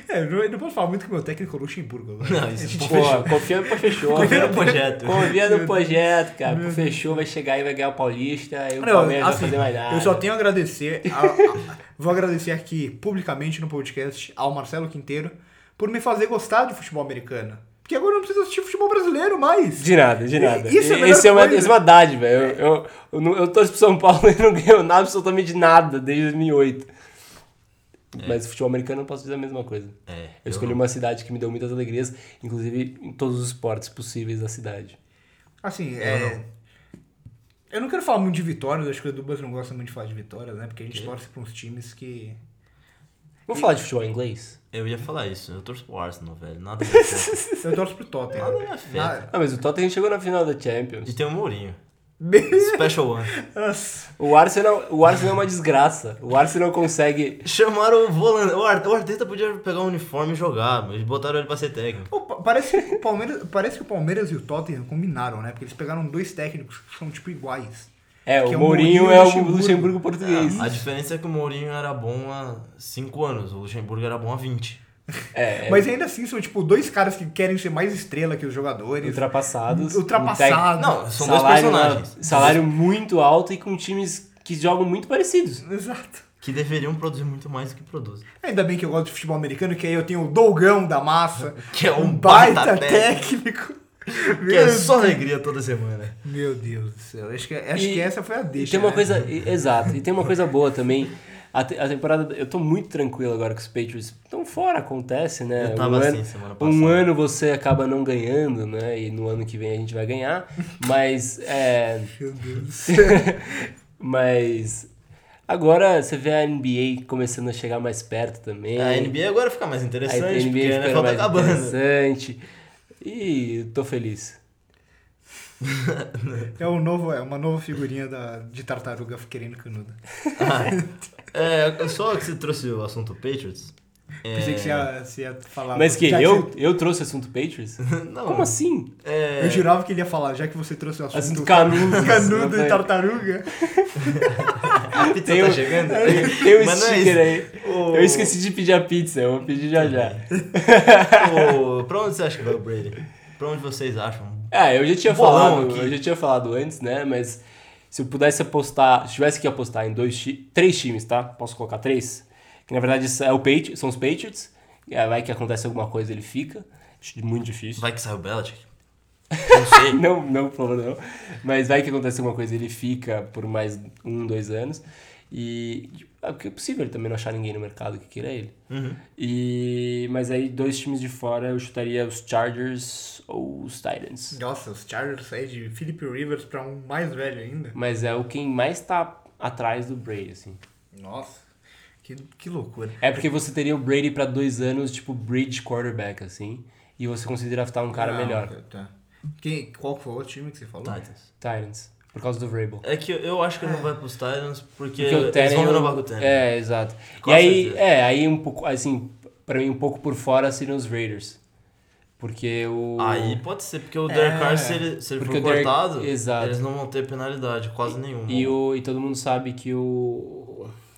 [SPEAKER 1] É, eu não, eu não posso falar muito que o meu técnico é o Luxemburgo agora.
[SPEAKER 3] Não, isso
[SPEAKER 2] Pô,
[SPEAKER 3] é
[SPEAKER 2] confiando pra fechou.
[SPEAKER 3] Primeiro
[SPEAKER 2] né?
[SPEAKER 3] projeto.
[SPEAKER 2] Confia no projeto, cara. Pô, fechou, vai chegar e vai ganhar o Paulista. E o
[SPEAKER 1] Não,
[SPEAKER 2] Palmeiras
[SPEAKER 1] assim,
[SPEAKER 2] não vai fazer mais nada.
[SPEAKER 1] eu só tenho a agradecer. a- a- vou agradecer aqui publicamente no podcast ao Marcelo Quinteiro por me fazer gostar de futebol americano. Porque agora eu não preciso assistir futebol brasileiro mais.
[SPEAKER 2] De nada, de nada.
[SPEAKER 1] Isso é a melhor
[SPEAKER 2] Esse é uma,
[SPEAKER 1] coisa.
[SPEAKER 2] essa é uma dádiva. Eu, eu, eu, não- eu torço pro São Paulo e não ganho nada, absolutamente nada desde 2008.
[SPEAKER 1] É.
[SPEAKER 2] Mas o futebol americano eu posso dizer a mesma coisa.
[SPEAKER 3] É,
[SPEAKER 2] Eu escolhi uma cidade que me deu muitas alegrias, inclusive em todos os esportes possíveis da cidade.
[SPEAKER 1] Assim, é. Eu não quero falar muito de vitórias, acho que o Edubas não gosta muito de falar de vitórias, né? Porque a gente torce pra uns times que.
[SPEAKER 2] Vamos falar de futebol inglês?
[SPEAKER 3] Eu ia falar isso, eu torço pro Arsenal, velho. Nada é. me afeta.
[SPEAKER 1] Eu torço pro Tottenham.
[SPEAKER 3] Nada me afeta.
[SPEAKER 2] Ah, mas o Tottenham chegou na final da Champions.
[SPEAKER 3] E tem o Mourinho.
[SPEAKER 1] Nada.
[SPEAKER 3] Special One.
[SPEAKER 1] Nossa.
[SPEAKER 2] O Arsenal, o Arsenal é uma desgraça. O Arsenal consegue.
[SPEAKER 3] Chamaram o volante. O Ar- o Arteta podia pegar o uniforme e jogar, mas botaram ele pra ser técnico.
[SPEAKER 1] Pô, pa- parece, que o Palmeiras, parece que o Palmeiras e o Tottenham combinaram, né? Porque eles pegaram dois técnicos que são, tipo, iguais.
[SPEAKER 2] É,
[SPEAKER 1] Que
[SPEAKER 2] o Mourinho é o Luxemburgo,
[SPEAKER 3] Ah,
[SPEAKER 2] português.
[SPEAKER 3] A diferença é que o Mourinho era bom há 5 anos, o Luxemburgo era bom há 20.
[SPEAKER 2] É,
[SPEAKER 1] Mas ainda assim, são, tipo, dois caras que querem ser mais estrela que os jogadores.
[SPEAKER 2] ultrapassados. um
[SPEAKER 1] Ultrapassados.
[SPEAKER 3] Não, são
[SPEAKER 2] salário,
[SPEAKER 3] dois personagens.
[SPEAKER 2] na- Salário muito alto e com times que jogam muito parecidos.
[SPEAKER 1] Exato.
[SPEAKER 3] Que deveriam produzir muito mais do que produzem.
[SPEAKER 1] Ainda bem que eu gosto de futebol americano, que aí eu tenho o Dolgão da Massa.
[SPEAKER 3] Que é um baita
[SPEAKER 1] técnico.
[SPEAKER 3] Que é só alegria toda semana.
[SPEAKER 1] Meu Deus do céu. Acho que, acho
[SPEAKER 2] E-
[SPEAKER 1] que essa foi a deixa.
[SPEAKER 2] e tem uma
[SPEAKER 1] né?
[SPEAKER 2] coisa. e- Exato. E tem uma coisa boa também. A, te- a temporada. Eu tô muito tranquilo agora que os Patriots estão fora, acontece, né?
[SPEAKER 3] Eu tava assim
[SPEAKER 2] ano,
[SPEAKER 3] semana passada.
[SPEAKER 2] Um ano você acaba não ganhando, né? E no ano que vem a gente vai ganhar. Mas. É,
[SPEAKER 1] Meu Deus do céu.
[SPEAKER 2] mas. Agora você vê a NBA começando a chegar mais perto também.
[SPEAKER 3] A NBA agora fica mais
[SPEAKER 2] Aí
[SPEAKER 3] interessante,
[SPEAKER 2] tem a NBA
[SPEAKER 3] porque a
[SPEAKER 2] ficando
[SPEAKER 3] NFL tá
[SPEAKER 2] mais
[SPEAKER 3] acabando.
[SPEAKER 2] interessante. E eu tô feliz.
[SPEAKER 1] É, um novo, é uma nova figurinha da, de tartaruga querendo canudo.
[SPEAKER 3] Ah, é, só que você trouxe o assunto Patriots. É,
[SPEAKER 1] Pensei que você ia, você ia falar.
[SPEAKER 2] Mas que
[SPEAKER 1] Tá, já
[SPEAKER 2] eu,
[SPEAKER 1] você-
[SPEAKER 2] eu trouxe assunto Patriots?
[SPEAKER 3] Não,
[SPEAKER 2] Como assim?
[SPEAKER 3] é,
[SPEAKER 1] eu jurava que ele ia falar, já que você trouxe o assunto.
[SPEAKER 3] Assim,
[SPEAKER 2] Assunto canudos.
[SPEAKER 1] Canudo e
[SPEAKER 2] Eu falei,
[SPEAKER 1] tartaruga.
[SPEAKER 3] a pizza
[SPEAKER 2] Tem
[SPEAKER 3] tá
[SPEAKER 2] um-
[SPEAKER 3] chegando.
[SPEAKER 2] Tem um
[SPEAKER 3] Mas não é
[SPEAKER 2] sticker
[SPEAKER 3] isso.
[SPEAKER 2] aí. um
[SPEAKER 3] O-
[SPEAKER 2] Eu esqueci de pedir a pizza, eu vou pedir já já.
[SPEAKER 3] É. o- pra onde você acha que vai o Brady? Pra onde vocês acham?
[SPEAKER 2] Ah, eu já tinha
[SPEAKER 3] Bolão
[SPEAKER 2] falado,
[SPEAKER 3] aqui.
[SPEAKER 2] eu já tinha falado antes, né? Mas se eu pudesse apostar, se tivesse que apostar em dois, ti- três times, tá? Posso colocar três? Que na verdade é o Patri- são os Patriots. É, Vai que acontece alguma coisa, ele fica. Acho Muito difícil.
[SPEAKER 3] Vai que sai o Belichick? Não sei.
[SPEAKER 2] Não, não, por favor, não. Mas vai que acontece alguma coisa, ele fica por mais um, dois anos. E. ah, Porque é possível ele também não achar ninguém no mercado que queira ele. E, mas aí, dois times de fora, eu chutaria os Chargers ou os Titans.
[SPEAKER 1] Nossa, os Chargers saem de Philip Rivers pra um mais velho ainda.
[SPEAKER 2] Mas é o quem mais tá atrás do Brady, assim.
[SPEAKER 1] Nossa, que, que loucura.
[SPEAKER 2] É porque você teria o Brady pra dois anos, tipo, bridge quarterback, assim. E você conseguiria draftar um cara
[SPEAKER 1] Ah,
[SPEAKER 2] melhor. Tá,
[SPEAKER 1] Tá. Quem, qual foi o time que você falou?
[SPEAKER 3] Titans.
[SPEAKER 2] Titans. Por causa do Vrabel.
[SPEAKER 3] É que eu acho que ele não vai pros Titans porque,
[SPEAKER 2] Porque o
[SPEAKER 3] eles
[SPEAKER 2] Tênis.
[SPEAKER 3] vão renovar com o Tênis.
[SPEAKER 2] É, exato.
[SPEAKER 3] Com
[SPEAKER 2] e aí,
[SPEAKER 3] certeza.
[SPEAKER 2] é, aí um pouco, assim, pra mim, um pouco por fora seriam os Raiders. Porque o.
[SPEAKER 3] Aí pode ser, porque o Derek
[SPEAKER 1] É.
[SPEAKER 3] Carr, se ele, se ele
[SPEAKER 2] Porque
[SPEAKER 3] for
[SPEAKER 2] o Derek-
[SPEAKER 3] cortado,
[SPEAKER 2] Exato.
[SPEAKER 3] eles não vão ter penalidade, quase nenhuma.
[SPEAKER 2] E, o, e todo mundo sabe que o.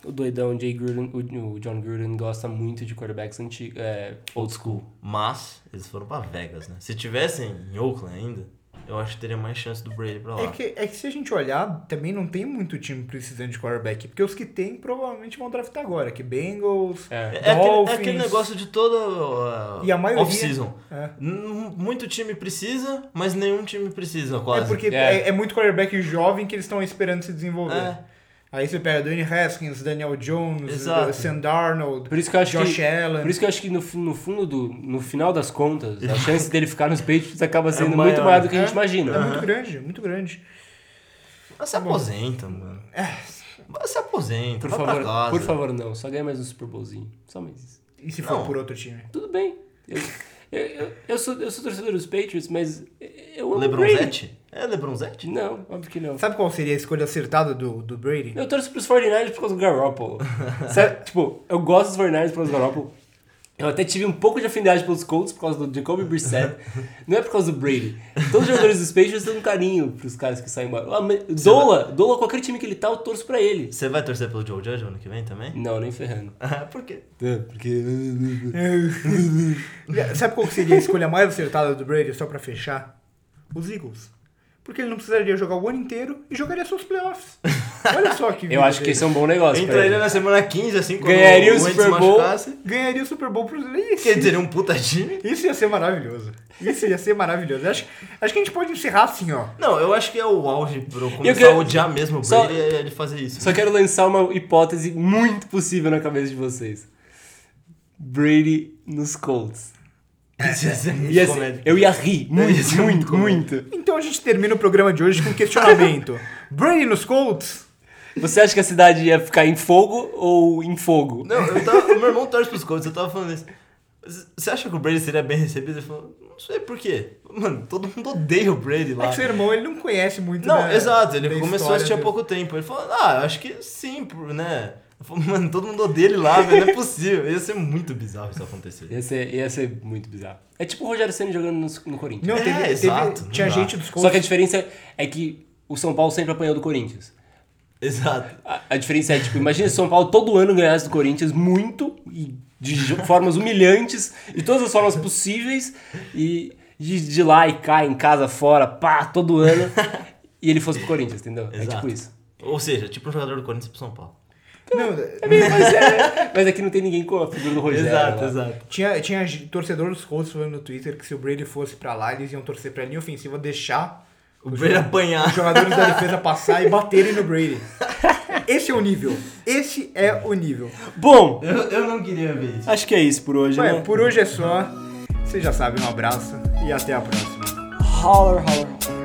[SPEAKER 2] O doidão Jay Gruden, o, o John Gruden gosta muito de quarterbacks antigos. É, old school.
[SPEAKER 3] Mas eles foram pra Vegas, né? Se tivessem em Oakland ainda, eu acho que teria mais chance do Brady pra lá.
[SPEAKER 1] É que, é que se a gente olhar, também não tem muito time precisando de quarterback, porque os que tem provavelmente vão draftar agora, que Bengals,
[SPEAKER 2] É.
[SPEAKER 3] É aquele, é
[SPEAKER 1] Dolphins...
[SPEAKER 3] aquele negócio de toda uh,
[SPEAKER 1] E a maioria-
[SPEAKER 3] off-season.
[SPEAKER 1] É.
[SPEAKER 3] N- Muito time precisa, mas nenhum time precisa,
[SPEAKER 1] É
[SPEAKER 3] quase.
[SPEAKER 1] porque
[SPEAKER 2] É.
[SPEAKER 1] é, é muito quarterback jovem que eles estão esperando se desenvolver.
[SPEAKER 3] É.
[SPEAKER 1] Aí você pega Danny Haskins, Daniel Jones, eh,
[SPEAKER 3] Exato.
[SPEAKER 1] Sam Darnold,
[SPEAKER 2] Por isso que eu acho
[SPEAKER 1] Josh
[SPEAKER 2] que.
[SPEAKER 1] Allen.
[SPEAKER 2] Por isso que eu acho que no, fi- no fundo do. No final das contas, a chance dele ficar nos Patriots acaba sendo muito
[SPEAKER 3] É maior.
[SPEAKER 2] maior do que a gente
[SPEAKER 1] É,
[SPEAKER 2] imagina.
[SPEAKER 1] É muito grande, muito grande. É,
[SPEAKER 3] Mas se
[SPEAKER 1] Tá
[SPEAKER 3] aposenta, mano. Mas Se aposenta,
[SPEAKER 2] Por
[SPEAKER 3] vai pra
[SPEAKER 2] favor,
[SPEAKER 3] casa.
[SPEAKER 2] por favor, não. Só ganha mais um Super Bowlzinho. Só mais isso.
[SPEAKER 1] E se for
[SPEAKER 3] Não.
[SPEAKER 1] por outro time?
[SPEAKER 2] Tudo bem. Eu, eu, eu, eu sou, eu sou torcedor dos Patriots, mas eu amo o Brady.
[SPEAKER 3] Lebronzete? É Lebronzete?
[SPEAKER 2] Não, óbvio que não.
[SPEAKER 1] Sabe qual seria a escolha acertada do, do Brady?
[SPEAKER 2] Eu torço pros 49ers por causa do Garoppolo. Sabe, tipo, eu gosto dos 49ers por causa do Garoppolo. Eu até tive um pouco de afinidade pelos Colts por causa do Jacoby Brissett. Não é por causa do Brady. Todos os jogadores dos Patriots têm um carinho pros caras que saem embora. Ah, mas Dola, Dola, qualquer time que ele tá, eu torço pra ele.
[SPEAKER 3] Você vai torcer pelo Joe Judge ano que vem também? Ah,
[SPEAKER 2] Não, nem ferrando.
[SPEAKER 3] por quê?
[SPEAKER 2] porque...
[SPEAKER 1] Sabe qual seria a escolha mais acertada do Brady, só pra fechar? Os Eagles. Porque ele não precisaria jogar o ano inteiro e jogaria seus playoffs. Olha só que
[SPEAKER 2] Eu acho que esse é um bom negócio pra
[SPEAKER 3] Entraria
[SPEAKER 2] ele.
[SPEAKER 3] na semana 15, assim, quando
[SPEAKER 2] Ganharia o
[SPEAKER 3] Wentz
[SPEAKER 2] Super Bowl.
[SPEAKER 3] machucasse.
[SPEAKER 1] Ganharia o Super Bowl pro... Isso,
[SPEAKER 3] Quer dizer, um puta time?
[SPEAKER 1] isso ia ser maravilhoso. Isso ia ser maravilhoso. Acho, acho que a gente pode encerrar assim, ó.
[SPEAKER 3] Não, eu acho que é o auge pra eu começar
[SPEAKER 2] Eu quero-
[SPEAKER 3] a odiar mesmo o
[SPEAKER 2] Só-
[SPEAKER 3] Brady é ele fazer isso.
[SPEAKER 2] Só quero lançar uma hipótese muito possível na cabeça de vocês. Brady nos Colts.
[SPEAKER 3] Isso ia ser muito
[SPEAKER 2] Ia ser-
[SPEAKER 3] comédia.
[SPEAKER 2] eu ia rir
[SPEAKER 3] Ia
[SPEAKER 2] muito,
[SPEAKER 3] ser muito
[SPEAKER 2] muito, muito.
[SPEAKER 1] Então a gente termina o programa de hoje com um questionamento. Brady nos Colts?
[SPEAKER 2] Você acha que a cidade ia ficar em fogo ou em fogo?
[SPEAKER 3] Não, eu tava, o meu irmão torce pros Colts, eu tava falando isso. C- Você acha que o Brady seria bem recebido? Ele falou, não sei por quê. Mano, todo mundo odeia o Brady lá.
[SPEAKER 1] É que seu irmão, ele não conhece muito
[SPEAKER 3] Não,
[SPEAKER 1] da-
[SPEAKER 3] exato, ele
[SPEAKER 1] da
[SPEAKER 3] começou
[SPEAKER 1] história
[SPEAKER 3] a assistir há
[SPEAKER 1] do-
[SPEAKER 3] pouco tempo. Ele falou, ah, eu acho que sim, por- né? Eu falei, mano, todo mundo odeia ele lá, velho, não é possível. Ia ser muito bizarro isso acontecer.
[SPEAKER 2] Ia ser, ia ser muito bizarro. É tipo o Rogério Senna jogando no, no Corinthians.
[SPEAKER 1] Não,
[SPEAKER 3] É,
[SPEAKER 1] teve, teve-
[SPEAKER 3] exato, não
[SPEAKER 1] tinha
[SPEAKER 3] dá.
[SPEAKER 1] gente dos
[SPEAKER 2] Só que a
[SPEAKER 1] Colts.
[SPEAKER 2] diferença é que o São Paulo sempre apanhou do Corinthians.
[SPEAKER 3] Exato.
[SPEAKER 2] A, a diferença é, tipo, imagina se o São Paulo todo ano ganhasse do Corinthians muito, e de jo- formas humilhantes, de todas as formas possíveis, e de, de lá e cá, em casa, fora, pá, todo ano, e ele fosse pro Corinthians, entendeu? É
[SPEAKER 3] Exato.
[SPEAKER 2] tipo isso.
[SPEAKER 3] Ou seja, tipo um jogador do Corinthians pro São Paulo.
[SPEAKER 1] Não,
[SPEAKER 2] Mas, é, mas aqui não tem ninguém com a figura do
[SPEAKER 1] é,
[SPEAKER 2] Rogério.
[SPEAKER 3] exato,
[SPEAKER 2] lá.
[SPEAKER 3] exato.
[SPEAKER 1] tinha, tinha g- torcedor dos Colts falando no Twitter que se o Brady fosse pra lá, eles iam torcer pra linha ofensiva deixar
[SPEAKER 3] O Brady apanhar.
[SPEAKER 1] os jogadores da defesa passar e baterem no Brady. Esse é o nível. Esse é o nível.
[SPEAKER 2] Bom,
[SPEAKER 3] Eu, eu não queria ver isso.
[SPEAKER 2] acho que é isso por hoje,
[SPEAKER 1] Ué,
[SPEAKER 2] né?
[SPEAKER 1] por hoje é só. Você já sabe, um abraço e até a próxima.
[SPEAKER 2] Holler, holler, holler.